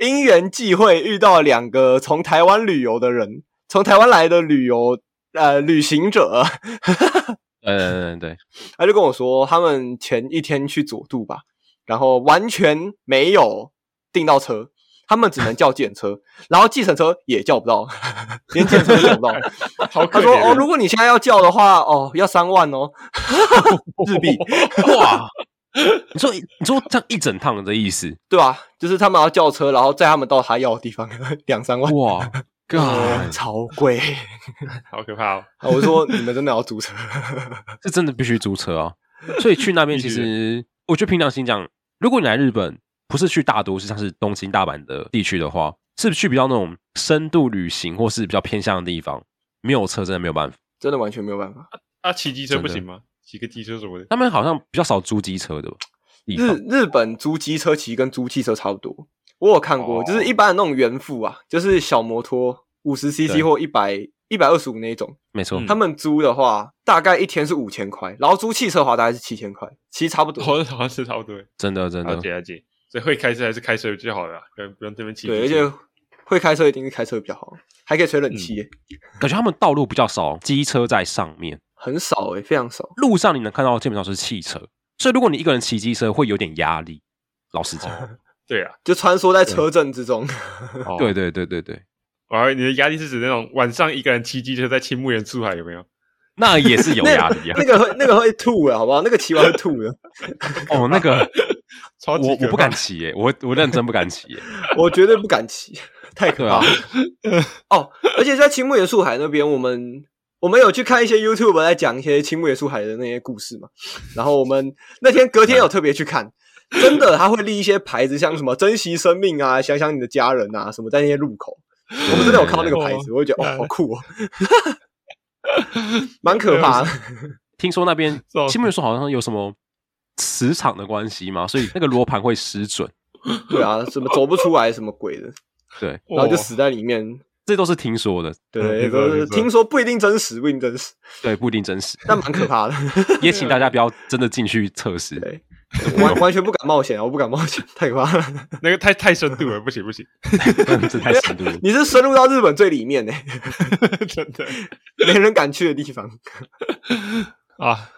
Speaker 2: 因缘际会遇到两个从台湾旅游的人，从台湾来的旅游呃旅行者，
Speaker 1: 呃，对，
Speaker 2: 他就跟我说他们前一天去佐渡吧，然后完全没有订到车。他们只能叫计程车，然后计程车也叫不到， 连计程车都叫不到。
Speaker 3: 好
Speaker 2: 他
Speaker 3: 可
Speaker 2: 说：“哦，
Speaker 3: 怜
Speaker 2: 如
Speaker 3: 啊。
Speaker 2: 果你现在要叫的话，哦，要三万哦， 日币，
Speaker 1: 哇！ 你说你说这样一整趟的意思，
Speaker 2: 对吧？就是他们要叫车，然后载他们到他要的地方，两三万，
Speaker 1: 哇
Speaker 2: 呃
Speaker 3: 啊
Speaker 1: ，God，
Speaker 2: 超贵。
Speaker 3: 好可怕哦！
Speaker 2: 啊 我说你们真的要租车？
Speaker 1: 这真的必须租车啊！所以去那边
Speaker 3: 必
Speaker 1: 其
Speaker 3: 须
Speaker 1: 实，我觉得凭良心讲，如果你来日本不是去大都市，像是东京、大阪的地区的话，是去比较那种深度旅行或是比较偏向的地方，没有车真的没有办法。
Speaker 2: 真的完全没有办法。
Speaker 3: 啊，骑机车不
Speaker 1: 真的
Speaker 3: 行吗？骑个机车什么的？
Speaker 1: 他们好像比较少租机车的地
Speaker 2: 日
Speaker 1: 方，
Speaker 2: 日本租机车其实跟租汽车差不多，我有看过，
Speaker 3: 哦
Speaker 2: 就是一般的那种原付啊，就是小摩托，五十 CC
Speaker 1: 对
Speaker 2: 或一百一百二十五那一种，
Speaker 1: 没错
Speaker 3: 嗯，
Speaker 2: 他们租的话大概一天是五千块，然后租汽车的话大概是七千块，其实差不多。
Speaker 3: 好像好像是差不多耶。
Speaker 1: 真的真
Speaker 3: 了
Speaker 1: 的
Speaker 3: 解了解，所以会开车还是开车就好了啦，不用不用这边骑机车。
Speaker 2: 对，而且会开车一定是开车比较好，还可以吹冷
Speaker 3: 嗯
Speaker 2: 气耶、
Speaker 1: 感觉他们道路比较少，机车在上面，
Speaker 2: 很少诶、非常少。
Speaker 1: 路上你能看到基本上是汽车，所以如果你一个人骑机车会有点压力。老实讲，
Speaker 3: 对啊，
Speaker 2: 就穿梭在车阵之中。哦
Speaker 1: 对对对对对，
Speaker 3: 而你的压力是指那种晚上一个人骑机车在青木原出海有没有？
Speaker 1: 那也是有
Speaker 2: 那
Speaker 1: 压力啊
Speaker 2: 那。个会那个会吐啊的，好不好？那个骑完会吐的，
Speaker 1: 哦，那个
Speaker 3: 超级
Speaker 1: 我
Speaker 3: 可
Speaker 1: 我不
Speaker 3: 怕
Speaker 1: 敢骑耶，我我 认真不敢骑耶。
Speaker 2: 我绝对不敢骑，太可
Speaker 1: 对
Speaker 2: 怕
Speaker 1: 啊
Speaker 2: 了。，哦，而且在青木野树海那边，我们我们有去看一些 YouTube 在讲一些青木野树海的那些故事嘛。然后我们那天隔天有特别去看，真的他会立一些牌子，像什么珍惜生命啊，想想你的家人啊，什么在那些路口， 我们真的有看到那个牌子，我就觉得哦，好酷哦， 蛮可怕的。
Speaker 1: 听说那边
Speaker 3: 笑死
Speaker 1: 新闻说好像有什么磁场的关系嘛，所以那个罗盘会失准。
Speaker 2: 对啊，什么走不出来什么鬼的，
Speaker 1: 对，
Speaker 2: 然后就
Speaker 3: 哦
Speaker 2: 死在里面。
Speaker 1: 这都是听说的，
Speaker 3: 嗯
Speaker 2: 对，
Speaker 3: 没错
Speaker 2: 都是
Speaker 3: 没错
Speaker 2: 听说不一定真实，不一定真实，
Speaker 1: 对，不一定真实。
Speaker 2: 但蛮可怕的。
Speaker 1: 也请大家不要真的进去测试。
Speaker 2: 对， 完完全不敢冒险啊！我不敢冒险，太可怕了。
Speaker 3: 那个太太深度了，不行不 行，
Speaker 1: 这太深度了。
Speaker 2: 你是深入到日本最里面呢、
Speaker 3: 真的
Speaker 2: 没人敢去的地方。
Speaker 3: 啊。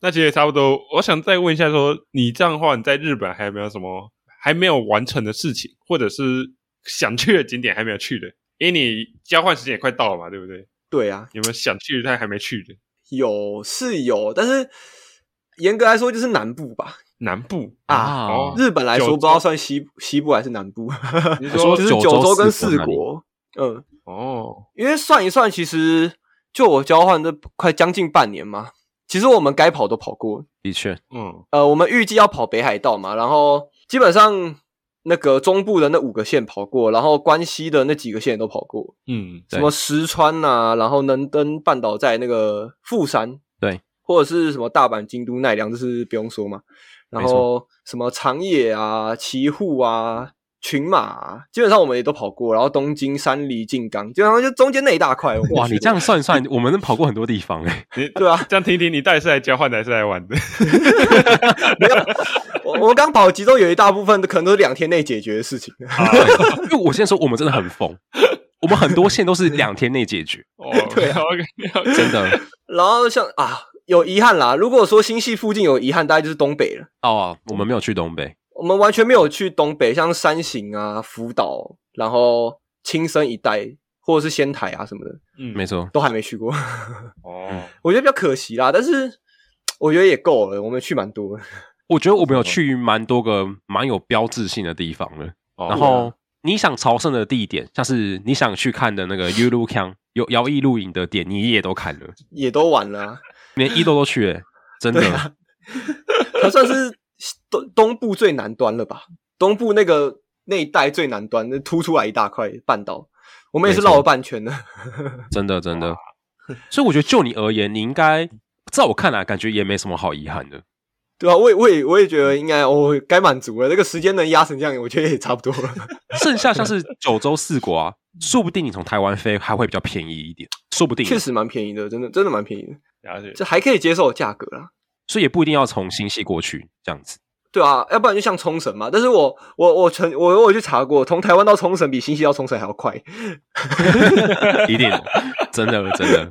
Speaker 3: 那其实也差不多，我想再问一下说你这样的话，你在日本还有没有什么还没有完成的事情，或者是想去的景点还没有去的？因为你交换时间也快到了嘛，对不对？
Speaker 2: 对啊，
Speaker 3: 有没有想去但还没去的？
Speaker 2: 有是有，但是严格来说就是南部吧。
Speaker 3: 南部
Speaker 2: 啊，
Speaker 1: 哦
Speaker 2: 日本来说
Speaker 3: 九州
Speaker 2: 不知道算西西部还是南部，
Speaker 3: 你
Speaker 1: 说
Speaker 2: 就是
Speaker 1: 九州
Speaker 2: 州跟
Speaker 1: 四国
Speaker 2: 四
Speaker 1: 那里
Speaker 2: 国。嗯，
Speaker 3: 哦，
Speaker 2: 因为算一算，其实就我交换这快将近半年嘛，其实我们该跑都跑过，
Speaker 1: 的确，
Speaker 3: 嗯，
Speaker 2: 呃，我们预计要跑北海道嘛，然后基本上那个中部的那五个县跑过，然后关西的那几个县也都跑过，
Speaker 3: 嗯，
Speaker 1: 对
Speaker 2: 什么石川呐、然后能登半岛在那个富山，
Speaker 1: 对，
Speaker 2: 或者是什么大阪、京都、奈良，这是不用说嘛。然
Speaker 1: 没
Speaker 2: 后什么长野啊、岐阜啊、群马、啊，基本上我们也都跑过。然后东京、山梨、静冈，基本上就中间那一大块。我们
Speaker 1: 哇，
Speaker 2: 去
Speaker 1: 你
Speaker 2: 过
Speaker 1: 这样算一算，我们跑过很多地方 哎。
Speaker 3: 你
Speaker 2: 对啊，
Speaker 3: 这样听一听，你到底是来交换的还是来玩的？
Speaker 2: 我我们刚跑其中有一大部分可能都是两天内解决的事情。
Speaker 1: 对因为我先说，我们真的很疯，我们很多线都是两天内解决，
Speaker 3: 哦，
Speaker 2: 对啊
Speaker 3: OK，OK
Speaker 1: 真 的。
Speaker 2: 然后像啊，有遗憾啦。如果说新系附近有遗憾，大概就是东北了。
Speaker 1: 哦，我们没有去东北，
Speaker 2: 我们完全没有去东北，像山形啊、福岛，然后青森一带或者是仙台啊什么的，
Speaker 3: 嗯，
Speaker 1: 没错，嗯
Speaker 2: 都还没去过。
Speaker 3: 哦，
Speaker 2: 我觉得比较可惜啦，但是我觉得也够了，我们去蛮多的。
Speaker 1: 我觉得我
Speaker 2: 嗯
Speaker 1: 们有去蛮多个蛮有标志性的地方的。
Speaker 3: 哦
Speaker 1: 然后你想朝圣的地点，像是你想去看的那个 u l u k a n 有摇曳露营的点，你也都看了，
Speaker 2: 也都完了啊、
Speaker 1: 连一都都去、欸，真的
Speaker 2: 对啊，它算是东东部最南端了吧？东部那个那一带最南端，那凸出来一大块半岛，我们也是
Speaker 1: 没错
Speaker 2: 绕了半圈呢。
Speaker 1: 真的真的。所以我觉得就你而言，你应该在我看来，感觉也没什么好遗憾的。
Speaker 2: 对啊，我也我也我也觉得应该我该满足了，这个时间能压成这样，我觉得也差不多了。
Speaker 1: 剩下像 是九州四国啊，说不定你从台湾飞还会比较便宜一点，说不定
Speaker 2: 确，实蛮便宜的，真的真的蛮便宜的，
Speaker 3: 了解
Speaker 2: 这还可以接受的价格啦。
Speaker 1: 所以也不一定要从新系过去这样子。
Speaker 2: 对啊，要不然就像冲绳嘛。但是我我我曾我我有去查过，从台湾到冲绳比新西到冲绳还要快。
Speaker 1: 一定， 真的真的。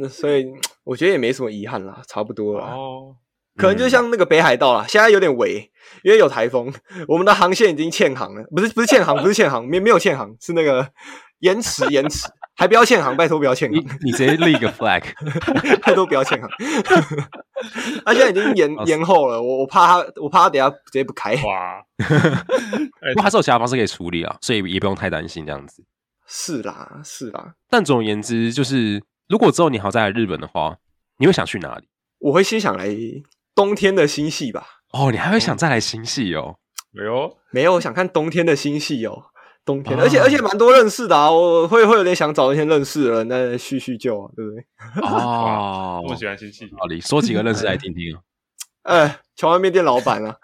Speaker 2: 那所以我觉得也没什么遗憾啦，差不多了。
Speaker 3: 哦，
Speaker 1: 嗯
Speaker 2: 可能就像那个北海道啦，现在有点尾，因为有台风，我们的航线已经欠航了，不是不是欠航，不是欠航，没没有欠航，是那个延迟延迟，还不要欠航，拜托不要欠
Speaker 1: 你
Speaker 2: 航，
Speaker 1: 你直接立一个 flag，
Speaker 2: 拜托不要欠航， 他现在已经延
Speaker 1: 好
Speaker 2: 延后了，我我怕他，我怕他等下直接不开，
Speaker 3: 哇，
Speaker 1: 不过还是有其他方式可以处理啊，所以也不用太担心这样子。
Speaker 2: 是啦是啦，
Speaker 1: 但总而言之，就是如果之后你还要再来日本的话，你会想去哪里？
Speaker 2: 我会先想来冬天的星系吧，
Speaker 1: 哦，你还会想再来新系哦？
Speaker 3: 没有，
Speaker 2: 没有，我想看冬天的星系哦。冬天，
Speaker 1: 啊
Speaker 2: 而且而且蛮多认识的啊，我会会有点想找一些认识的人来叙叙旧啊，对不对？
Speaker 1: 哦，
Speaker 3: 我喜欢星系，
Speaker 1: 道理，说几个认识来听听啊。
Speaker 2: 哎，荞麦面店老板啊，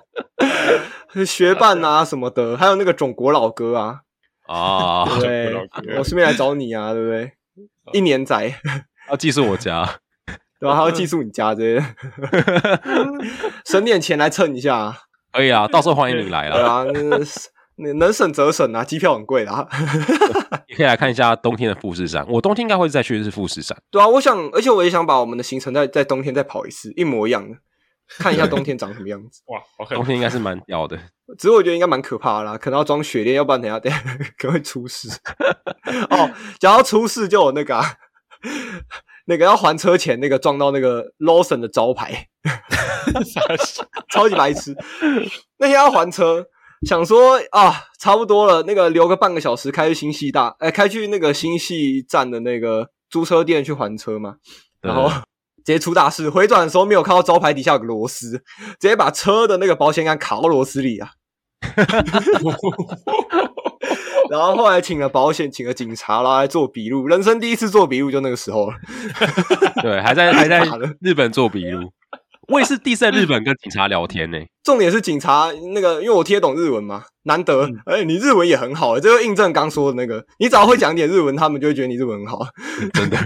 Speaker 2: 学伴啊什么的，还有那个种国老哥啊，
Speaker 1: 哦，
Speaker 2: 对
Speaker 3: 啊种国老哥，
Speaker 2: 我顺便来找你啊，对不对？一年仔，
Speaker 1: 要寄宿我家，
Speaker 2: 对 吧？还要寄宿你家这些，省点钱来蹭一下啊，
Speaker 1: 可以啊，到时候欢迎你来
Speaker 2: 对
Speaker 1: 了，
Speaker 2: 啊，那能省则省啊，机票很贵的啊，
Speaker 1: 你可以来看一下冬天的富士山。我冬天应该会再去的是富士山，
Speaker 2: 对啊，我想，而且我也想把我们的行程在在冬天再跑一次，一模一样的，看一下冬天长什么样子。
Speaker 3: 哇，好狠
Speaker 1: 冬，天应该是蛮屌 的。
Speaker 2: 只是我觉得应该蛮可怕的啦，可能要装雪链，要不然等一下等一下可能会出事。哦，讲到出事就有那个、啊、那个要还车前那个撞到那个 Lawson 的招牌， 超级白痴。那天要还车，想说啊，差不多了，那个留个半个小时开去新系大，哎、开去那个新系站的那个租车店去还车嘛，然后。直接出大事！回转的时候没有看到招牌底下有个螺丝，直接把车的那个保险杆卡到螺丝里啊！ 然后后来请了保险，请了警察，然后来做笔录。人生第一次做笔录就那个时候了。
Speaker 1: 对，还在还 在
Speaker 2: 打了
Speaker 1: 日本做笔录。我也是第一次在日本跟警察聊天呢、
Speaker 2: 重点是警察那个，因为我听得懂日文嘛，难得，哎、你日文也很好，这就印证刚说的那个，你只要会讲一点日文，他们就会觉得你日文很好。
Speaker 1: 真的。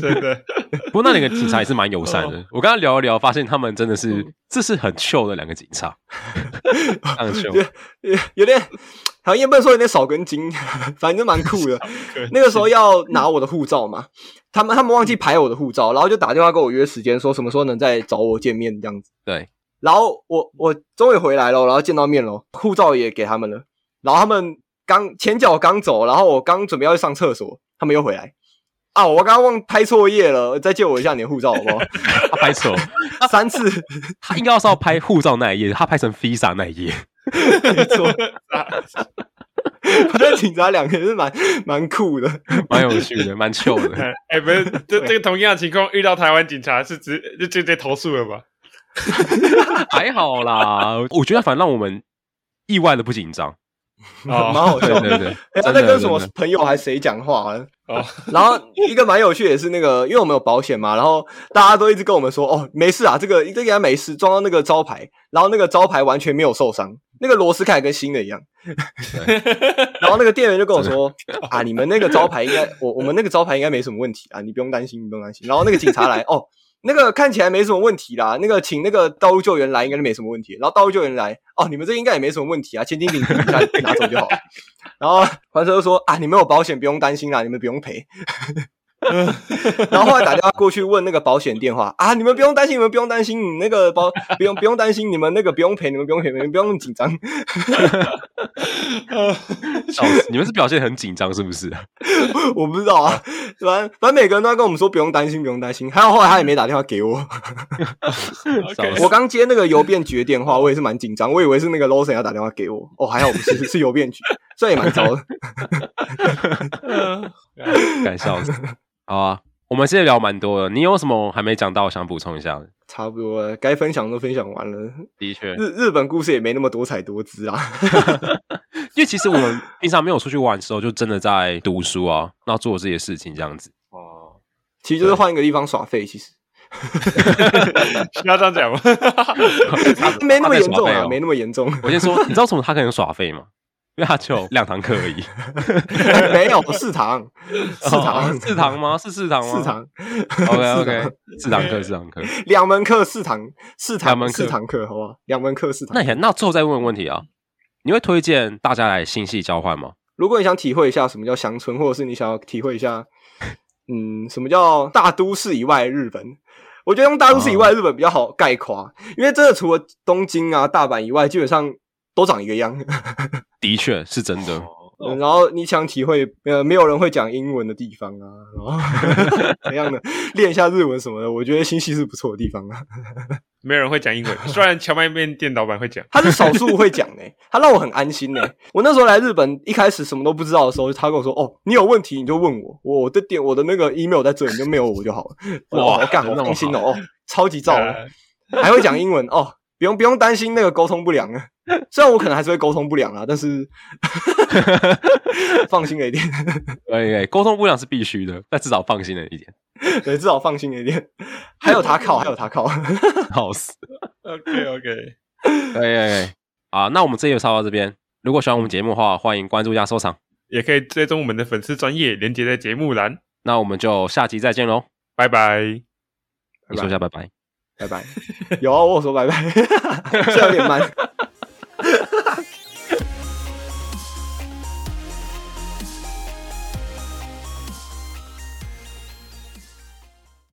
Speaker 3: 真的，
Speaker 1: 不过那两个警察也是蛮友善的，我跟他聊一聊，发现他们真的是这是很 chill 的两个警察，很 chill。
Speaker 2: 有有点，好像也不能说有点少根筋， 反正蛮酷的。那个时候要拿我的护照嘛，他们他们忘记排我的护照，然后就打电话跟我约时间，说什么时候能再找我见面这样子。
Speaker 1: 对，
Speaker 2: 然后我我终于回来了，然后见到面了，护照也给他们了，然后他们刚前脚刚走，然后我刚准备要去上厕所，他们又回来。啊！我刚刚忘拍错页了，再借我一下你的护照好不好？
Speaker 1: 他拍手，
Speaker 2: 三次，
Speaker 1: 他应该是要拍护照那一页，他拍成 visa 那一页。
Speaker 2: 没错。我觉得警察两个人是蛮蛮酷的。
Speaker 1: 蛮有趣的，蛮 chill 的。
Speaker 3: 哎，不是，这这个同样的情况遇到台湾警察是直就直接投诉了吧？
Speaker 1: 还好啦，我觉得反而让我们意外的不紧张。
Speaker 2: 蛮
Speaker 3: 哦
Speaker 2: 好笑
Speaker 1: 对
Speaker 2: 的。
Speaker 1: 对对，
Speaker 2: 哎、他
Speaker 1: 真的
Speaker 2: 在跟什么
Speaker 1: 真的
Speaker 2: 朋友还谁讲话、啊？
Speaker 3: 哦，
Speaker 2: 然后一个蛮有趣的是那个，因为我们有保险嘛，然后大家都一直跟我们说，哦，没事啊，这个这个应该没事，撞到那个招牌，然后那个招牌完全没有受伤，那个螺丝看起来跟新的一样。 然后那个店员就跟我说，啊，你们那个招牌应该，我我们那个招牌应该没什么问题啊，你不用担心，你不用担心。然后那个警察来，哦。那个看起来没什么问题啦，那个请那个道路救援来应该是没什么问题。然后道路救援来，哦，你们这应该也没什么问题啊，千斤顶一下拿走就好了。然后环车就说啊，你们有保险不用担心啦，你们不用赔。 然后后来打电话过去问那个保险电话啊，你们不用担心，你们不用担心，你那个保不用不用担心，你们那个不用赔，你们不用赔，你们不用紧张。
Speaker 1: 笑死！你们是表现得很紧张是不是？
Speaker 2: 我不知道啊，反正反正每个人都在跟我们说不用担心，不用担心。还有后来他也没打电话给我，
Speaker 1: 笑死
Speaker 2: 我刚接那个邮便局的电话，我也是蛮紧张，我以为是那个 Lawson 要打电话给我，哦，还好不是，是邮便局，这也蛮糟的。
Speaker 1: 敢笑死！好啊，我们现在聊蛮多的，你有什么还没讲到想补充一下的？
Speaker 2: 差不多了，该分享都分享完了。
Speaker 1: 的确，
Speaker 2: 日日本故事也没那么多彩多姿啊。
Speaker 1: 因为其实我们平常没有出去玩的时候，就真的在读书啊，然后做我自己的事情这样子。
Speaker 5: 哦，
Speaker 2: 其实就是换一个地方耍废，其实
Speaker 3: 需要这样讲吗？
Speaker 2: 没那么严重
Speaker 1: 耍废
Speaker 2: 啊，
Speaker 1: 哦
Speaker 2: 没那么严 重，
Speaker 1: 我先说，你知道为什么他可能耍废吗？因为他只有两堂课而已，
Speaker 2: 没有四堂，四 堂，
Speaker 1: 哦四堂吗？是四堂吗？
Speaker 2: 四堂
Speaker 1: OK
Speaker 2: 四
Speaker 1: OK，
Speaker 2: 堂
Speaker 1: 四堂课，四堂课。
Speaker 2: 两门课四堂，四堂
Speaker 1: 两门课
Speaker 2: 四堂课，好不好？两门课四
Speaker 1: 那
Speaker 2: 堂
Speaker 1: 你。还那最后再问个问题啊，你会推荐大家来星系交换吗？
Speaker 2: 如果你想体会一下什么叫乡村，或者是你想要体会一 下，嗯，什么叫大都市以外的日本，我觉得用大都市以外的日本比较
Speaker 1: 哦
Speaker 2: 好概括，因为真的除了东京啊、大阪以外，基本上都长一个样。
Speaker 1: 的确是真的，
Speaker 2: 嗯然后你想体会呃没有人会讲英文的地方啊，然 后怎样的练一下日文什么的，我觉得新系是不错的地方啊。
Speaker 3: 没有人会讲英文，虽然荞麦面店老板会讲。
Speaker 2: 他是少数会讲呢、他让我很安心呢、我那时候来日本一开始什么都不知道的时候，他跟我说：“哦，你有问题你就问我，我的电我的那个 email 在这里，你就 mail 我就好了。”
Speaker 1: 哇
Speaker 2: 哇，干，好
Speaker 1: 那么哎
Speaker 2: 放心哦，哦，超级燥的，还会讲英文哦。不用不用担心那个沟通不良啊，虽然我可能还是会沟通不良啊，但是 放心了一点。
Speaker 1: 哎哎，沟通不良是必须的，但至少放心了一点。
Speaker 2: 对，至少放心了一点。还有他靠，还有他靠。
Speaker 1: 好死，
Speaker 3: OK OK，
Speaker 1: 哎哎哎，啊，那我们这一集就聊到这边。如果喜欢我们节目的话，欢迎关注加收藏。
Speaker 3: 也可以追踪我们的粉丝专业，连接在节目栏。
Speaker 1: 那我们就下集再见喽，
Speaker 3: 拜拜。
Speaker 1: 你说一下拜拜。
Speaker 2: 拜拜。有啊，我有说拜拜，这有点慢。